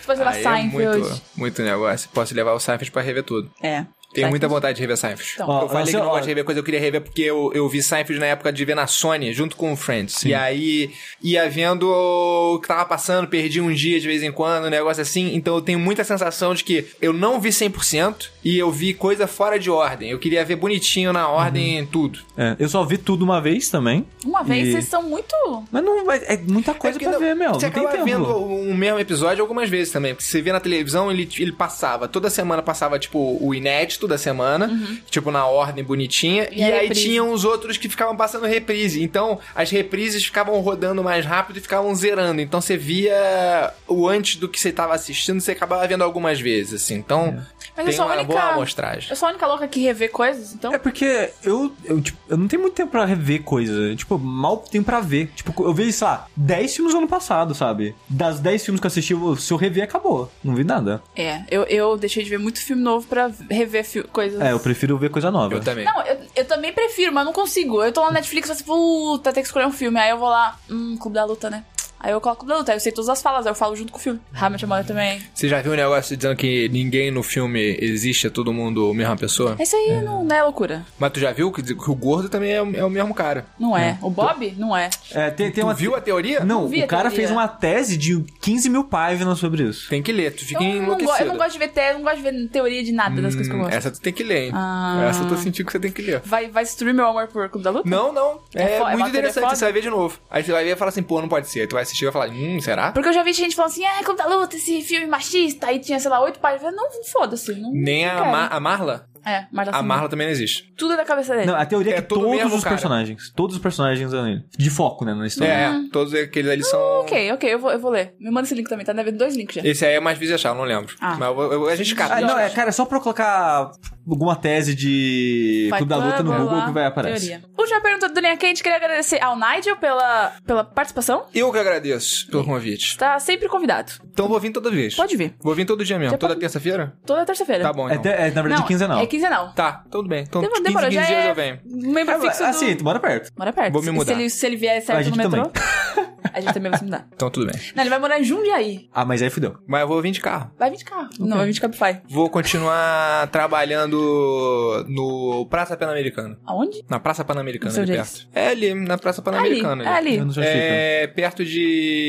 S1: Você pode levar
S3: Aí é
S1: Seinfeld.
S3: muito, muito negócio. Posso levar o Seinfeld pra rever tudo.
S1: É.
S3: Tenho
S1: Seinfeld.
S3: muita vontade de rever Seinfeld.
S1: Então.
S2: Ó,
S3: eu falei
S2: assim,
S3: que não
S2: ó,
S3: gosto de rever coisa, eu queria rever porque eu, eu vi Seinfeld na época de ver na Sony, junto com o Friends. E aí ia vendo o que tava passando, perdi um dia de vez em quando, um negócio assim. Então eu tenho muita sensação de que eu não vi 100% e eu vi coisa fora de ordem. Eu queria ver bonitinho na ordem tudo.
S2: É, eu só vi tudo uma vez também.
S1: Uma vez
S2: E-
S1: vocês são muito.
S2: Mas não vai. É muita coisa
S3: É porque
S2: pra
S3: não-
S2: ver, meu.
S3: Você
S2: não tem
S3: acaba
S2: tempo.
S3: vendo o o mesmo episódio algumas vezes também. Porque você vê na televisão, ele, ele passava. Toda semana passava, tipo, o inédito da semana.
S2: Uhum.
S3: Tipo, na ordem bonitinha.
S1: E
S3: E,
S1: a
S3: aí
S1: reprise.
S3: tinha uns outros que ficavam passando reprise. Então, as reprises ficavam rodando mais rápido e ficavam zerando. Então, você via o antes do que você tava assistindo, você acabava vendo algumas vezes, assim. Então,
S2: É.
S1: Mas eu
S3: tem
S1: sou a
S3: uma
S1: única-
S3: boa amostragem.
S1: Eu sou a única louca que revê coisas, então.
S2: É porque eu, eu, tipo, eu não tenho muito tempo pra rever coisa. Tipo, mal tenho pra ver. Tipo, eu vi, sei lá, 10 filmes no ano passado, sabe? Das 10 filmes que eu assisti, eu- se eu rever, acabou. Não vi nada.
S1: É, eu, eu deixei de ver muito filme novo pra rever fi- coisas.
S2: É, eu prefiro ver coisa nova.
S3: Eu também.
S1: Não, eu, eu também prefiro, mas não consigo. Eu tô lá na Netflix e assim, puta, tem que escolher um filme. Aí eu vou lá, hum, Clube da Luta, né? Aí eu coloco Clube da Luta, aí eu sei todas as falas, aí eu falo junto com o filme. Hamlet Mother também.
S3: Você já viu um negócio dizendo que ninguém no filme existe, é todo mundo a mesma pessoa?
S1: Isso aí não, não é loucura.
S3: Mas tu já viu que, que o gordo também é o- é o mesmo cara.
S1: Não é. O Bob? Não é.
S2: É, tem, tem
S3: Tu
S2: uma.
S3: viu a teoria?
S2: Não,
S1: vi
S2: o
S1: a
S2: cara
S1: teoria.
S2: fez uma tese de 15 mil páginas sobre isso.
S3: Tem que ler, tu
S1: Eu
S3: fica
S1: não, go-
S3: enlouquecido.
S1: eu não gosto de ver te, eu não gosto de ver teoria de nada das coisas que eu
S3: Hum,
S1: gosto.
S3: Essa tu tem que ler, hein?
S1: Ah.
S3: Essa eu tô sentindo que você tem que ler.
S1: Vai, vai destruir meu amor por Clube da Luta?
S3: Não, não.
S1: É
S3: É,
S1: fo- é
S3: muito
S1: matéria
S3: interessante.
S1: foda.
S3: Você vai ver de novo. Aí você vai ver e fala assim, pô, não pode ser. Aí tu vai assistir e vai falar, hum, será?
S1: Porque eu já vi gente falando assim, ah, Clube da Luta, esse filme machista, aí tinha, sei lá, oito páginas. Eu falei, Não, foda-se. Não,
S3: Nem
S1: não
S3: a,
S1: quero.
S3: Ma- a Marla?
S1: É, Marta
S3: A
S1: Suplicy.
S3: Marla também não existe.
S1: Tudo é da cabeça dele.
S2: Não, a teoria é
S3: É
S2: que
S3: todo
S2: todos
S3: mesmo,
S2: os
S3: cara.
S2: personagens, todos os personagens são ele. de foco, né, na
S3: É,
S2: história.
S3: é, todos aqueles ali são...
S1: Hum. Ok, ok, eu vou, eu vou ler. Me manda esse link também, tá devendo dois links já.
S3: Esse aí é mais difícil de achar, eu não lembro.
S1: Ah.
S3: Mas eu vou- eu- a gente cata.
S2: Ah, não, é, cara, é só pra eu colocar alguma tese de
S1: Vai
S2: Clube da Luta no
S1: lá,
S2: Google que vai
S1: teoria.
S2: aparecer.
S1: Última pergunta do Linha Quente, queria agradecer ao Nigel pela, pela participação.
S3: Eu que agradeço pelo convite.
S1: Tá sempre convidado.
S3: Então eu vou vir toda vez.
S1: Pode vir.
S3: Vou vir todo dia mesmo.
S1: Já
S3: toda
S1: pode-
S3: terça-feira?
S1: Toda terça-feira.
S3: Tá bom,
S2: É,
S3: então.
S2: te- é, na verdade,
S1: Não,
S2: quinzenal.
S1: É quinzenal.
S3: Tá, tudo bem. Então,
S1: Demora, demora,
S3: 15, 15
S1: já
S3: dias
S1: é
S3: eu venho.
S1: membro fixo do...
S2: assim, tu mora perto.
S1: Mora perto.
S3: Ah, Vou me
S1: Se-
S3: mudar.
S1: Se ele, se ele vier
S2: A
S1: certo no
S2: gente
S1: metrô.
S2: também.
S1: A gente também vai se mudar.
S3: Então tudo bem.
S1: Não, ele vai morar em Jundiaí.
S2: Ah, mas aí fudeu.
S3: Mas eu vou vir de carro.
S1: Vai vir de carro. Não, vai vir de Cabify.
S3: Vou continuar trabalhando no Praça Pan-Americana.
S1: Aonde?
S3: Na Praça Pan-Americana,
S1: Não sei
S3: ali
S1: onde é
S3: perto. É ali, na Praça
S1: Ali,
S3: Pan-Americana.
S1: é ali.
S2: Eu não assim, sei onde fica.
S3: É perto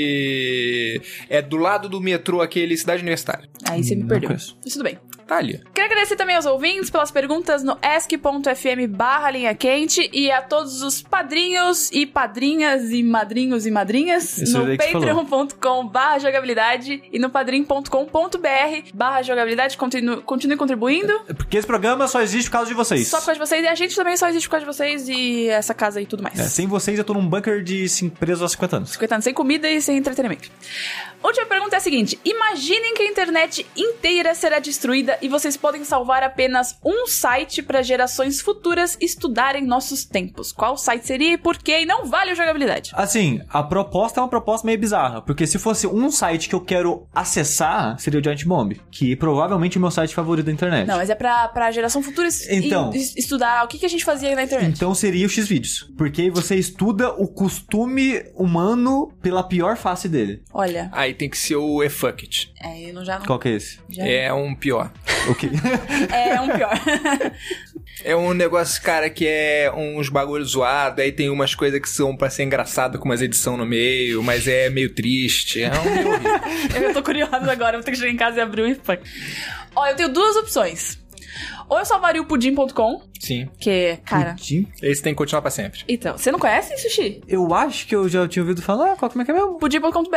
S3: de. É do lado do metrô, aquele Cidade Universitária.
S1: Aí você me perdeu. Mas
S2: conheço.
S1: tudo bem.
S3: Tá ali.
S1: Quero agradecer também aos ouvintes pelas perguntas no ask.fm barra linha quente e a todos os padrinhos e padrinhas e madrinhos e madrinhas
S2: Isso
S1: no
S2: aí que falou.
S1: patreon.com barra jogabilidade e no padrim.com.br barra jogabilidade. Continue, continue contribuindo.
S2: então. Porque esse programa só existe por causa de vocês.
S1: Só por causa de vocês. E a gente também só existe por causa de vocês e essa casa e tudo mais.
S2: É, sem vocês eu tô num bunker de cin- preso há 50 anos.
S1: Coitado, sem comida e sem entretenimento. Última pergunta é a seguinte: imaginem que a internet inteira será destruída e vocês podem salvar apenas um site para gerações futuras estudarem nossos tempos. Qual site seria e por quê? E não vale o jogabilidade.
S2: Assim, a proposta é uma proposta meio bizarra, porque se fosse um site que eu quero acessar, seria o Giant Bomb, que provavelmente é o meu site favorito da internet.
S1: Não, mas é pra, pra geração futura es-
S2: Então.
S1: e- es- estudar o que, que a gente fazia na internet.
S2: Então seria o X-Vídeos, porque aí você estuda o costume humano pela pior face dele.
S1: Olha,
S3: Aí tem que ser o E-Fuck It.
S1: é, eu não já não.
S2: Qual que é esse?
S1: já-
S3: É um pior.
S2: O quê?
S1: É um pior.
S3: É um negócio, cara, que é uns bagulho zoado, aí tem umas coisas que são pra ser engraçado, com umas edição no meio, mas é meio triste. É um meio horrível.
S1: Eu tô curiosa agora, vou ter que chegar em casa e abrir o IPAC. Ó, eu tenho duas opções. Ou eu salvaria o pudim.com,
S3: Sim.
S1: que, cara.
S2: Pudim?
S3: Esse tem que continuar pra sempre.
S1: Então, você não conhece, Sushi?
S2: Eu acho que eu já tinha ouvido falar. Qual como é que é mesmo?
S1: Pudim.com.br,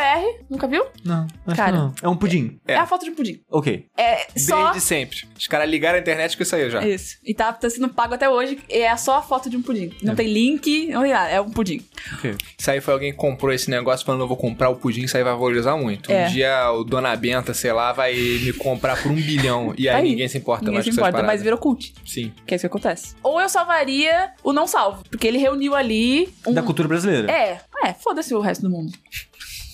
S1: nunca viu?
S2: Não, acho
S1: Cara.
S2: que não. É um pudim.
S1: É, a foto de um pudim.
S2: Ok.
S1: É só.
S3: Desde sempre. Os caras ligaram a internet que saiu já.
S1: Isso. E tá, tá sendo pago até hoje. E é só a foto de um pudim. Não tem link, não tem nada. É um pudim.
S2: Ok.
S3: Isso aí foi alguém que comprou esse negócio falando, eu vou comprar o pudim, isso aí vai valorizar muito.
S1: É.
S3: Um dia o Dona Benta, sei lá, vai me comprar por um bilhão. E aí,
S1: Tá
S3: ninguém se importa
S1: Ninguém
S3: mais
S1: se
S3: com essas
S1: importa, mas
S3: paradas.
S1: virou cult.
S3: Sim.
S1: Que é isso que acontece. Ou eu salvaria o não salvo. Porque ele reuniu ali. Um...
S2: Da cultura brasileira.
S1: É. É, foda-se o resto do mundo.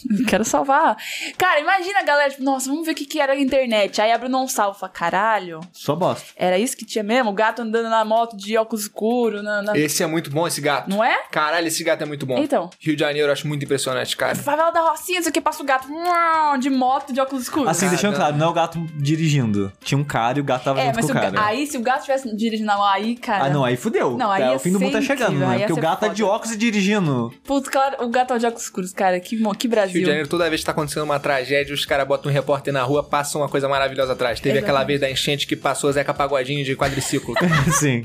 S1: Quero salvar. Cara, imagina a galera, tipo, nossa, vamos ver o que, que era a internet. Aí abre o não salvo. Fala, caralho,
S2: Só bosta.
S1: era isso que tinha mesmo? O gato andando na moto de óculos escuros, na- na-
S3: Esse é muito bom, esse gato.
S1: não é?
S3: Caralho, esse gato é muito bom.
S1: Então.
S3: Rio de Janeiro eu acho muito impressionante, cara.
S1: Favela da Rocinha, não sei o que, passa o gato uau, de moto, de óculos escuros.
S2: Assim, deixando claro, não é o gato dirigindo. Tinha um cara e o gato tava
S1: é,
S2: junto
S1: mas
S2: com
S1: se
S2: o
S1: o ga-
S2: cara. né?
S1: aí se o gato tivesse dirigindo na mão, aí, cara.
S2: Ah, não, aí fudeu.
S1: Não, aí
S2: Tá,
S1: ia
S2: o fim do
S1: ser
S2: mundo tá chegando,
S1: incrível, aí
S2: né?
S1: ia
S2: Porque o
S1: ser
S2: gato tá
S1: foda.
S2: de óculos e dirigindo.
S1: Putz, claro, o gato é de óculos escuros, cara. Que, mo- que Brasil.
S3: Rio de Janeiro, toda vez que tá acontecendo uma tragédia, os caras botam um repórter na rua, passam uma coisa maravilhosa atrás. Teve
S1: Exatamente.
S3: aquela vez da enchente que passou Zeca Pagodinho de quadriciclo.
S2: Sim.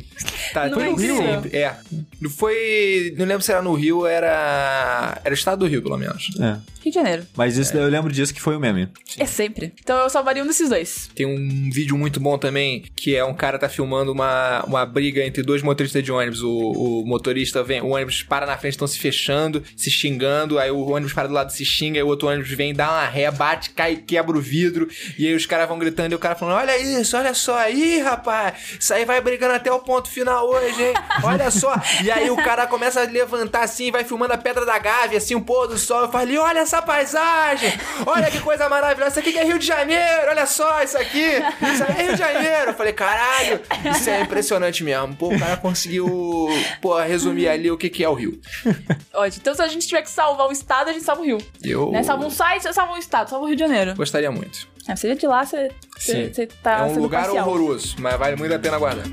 S3: Tá,
S1: Não
S3: foi
S1: é
S3: no Rio?
S1: incrível.
S3: É. Foi. Não lembro se era no Rio, era. Era o estado do Rio, pelo menos.
S2: É.
S1: Rio de Janeiro.
S2: Mas isso eu lembro disso que foi o meme.
S1: É sempre. Então eu salvaria um desses dois.
S3: Tem um vídeo muito bom também, que é um cara tá filmando uma, uma briga entre dois motoristas de ônibus. O, o motorista vem, o ônibus para na frente, estão se fechando, se xingando, aí o ônibus para do lado se xinga, aí o outro ônibus vem, dá uma ré, bate, cai, quebra o vidro, e aí os caras vão gritando, e o cara falando, olha isso, olha só aí, rapaz, isso aí vai brigando até o ponto final hoje, hein? Olha só. E aí o cara começa a levantar assim, vai filmando a pedra da Gávea, assim, o pôr do sol. Eu falei, olha essa paisagem! Olha que coisa maravilhosa! Isso aqui que é Rio de Janeiro, olha só isso aqui! Isso aí é Rio de Janeiro! Eu falei, caralho, isso é impressionante mesmo. Pô, o cara conseguiu pô, resumir ali o que, que é o Rio.
S1: Ótimo. Então se a gente tiver que salvar um estado, a gente salva o Rio.
S3: Eu
S1: Né? Salva um site, salva um estado, salva o Rio de Janeiro.
S3: gostaria muito.
S1: É, você vê de lá, você, você,
S3: Sim.
S1: você tá
S3: é um
S1: sendo
S3: lugar
S1: parcial.
S3: horroroso, mas vale muito a pena guardar.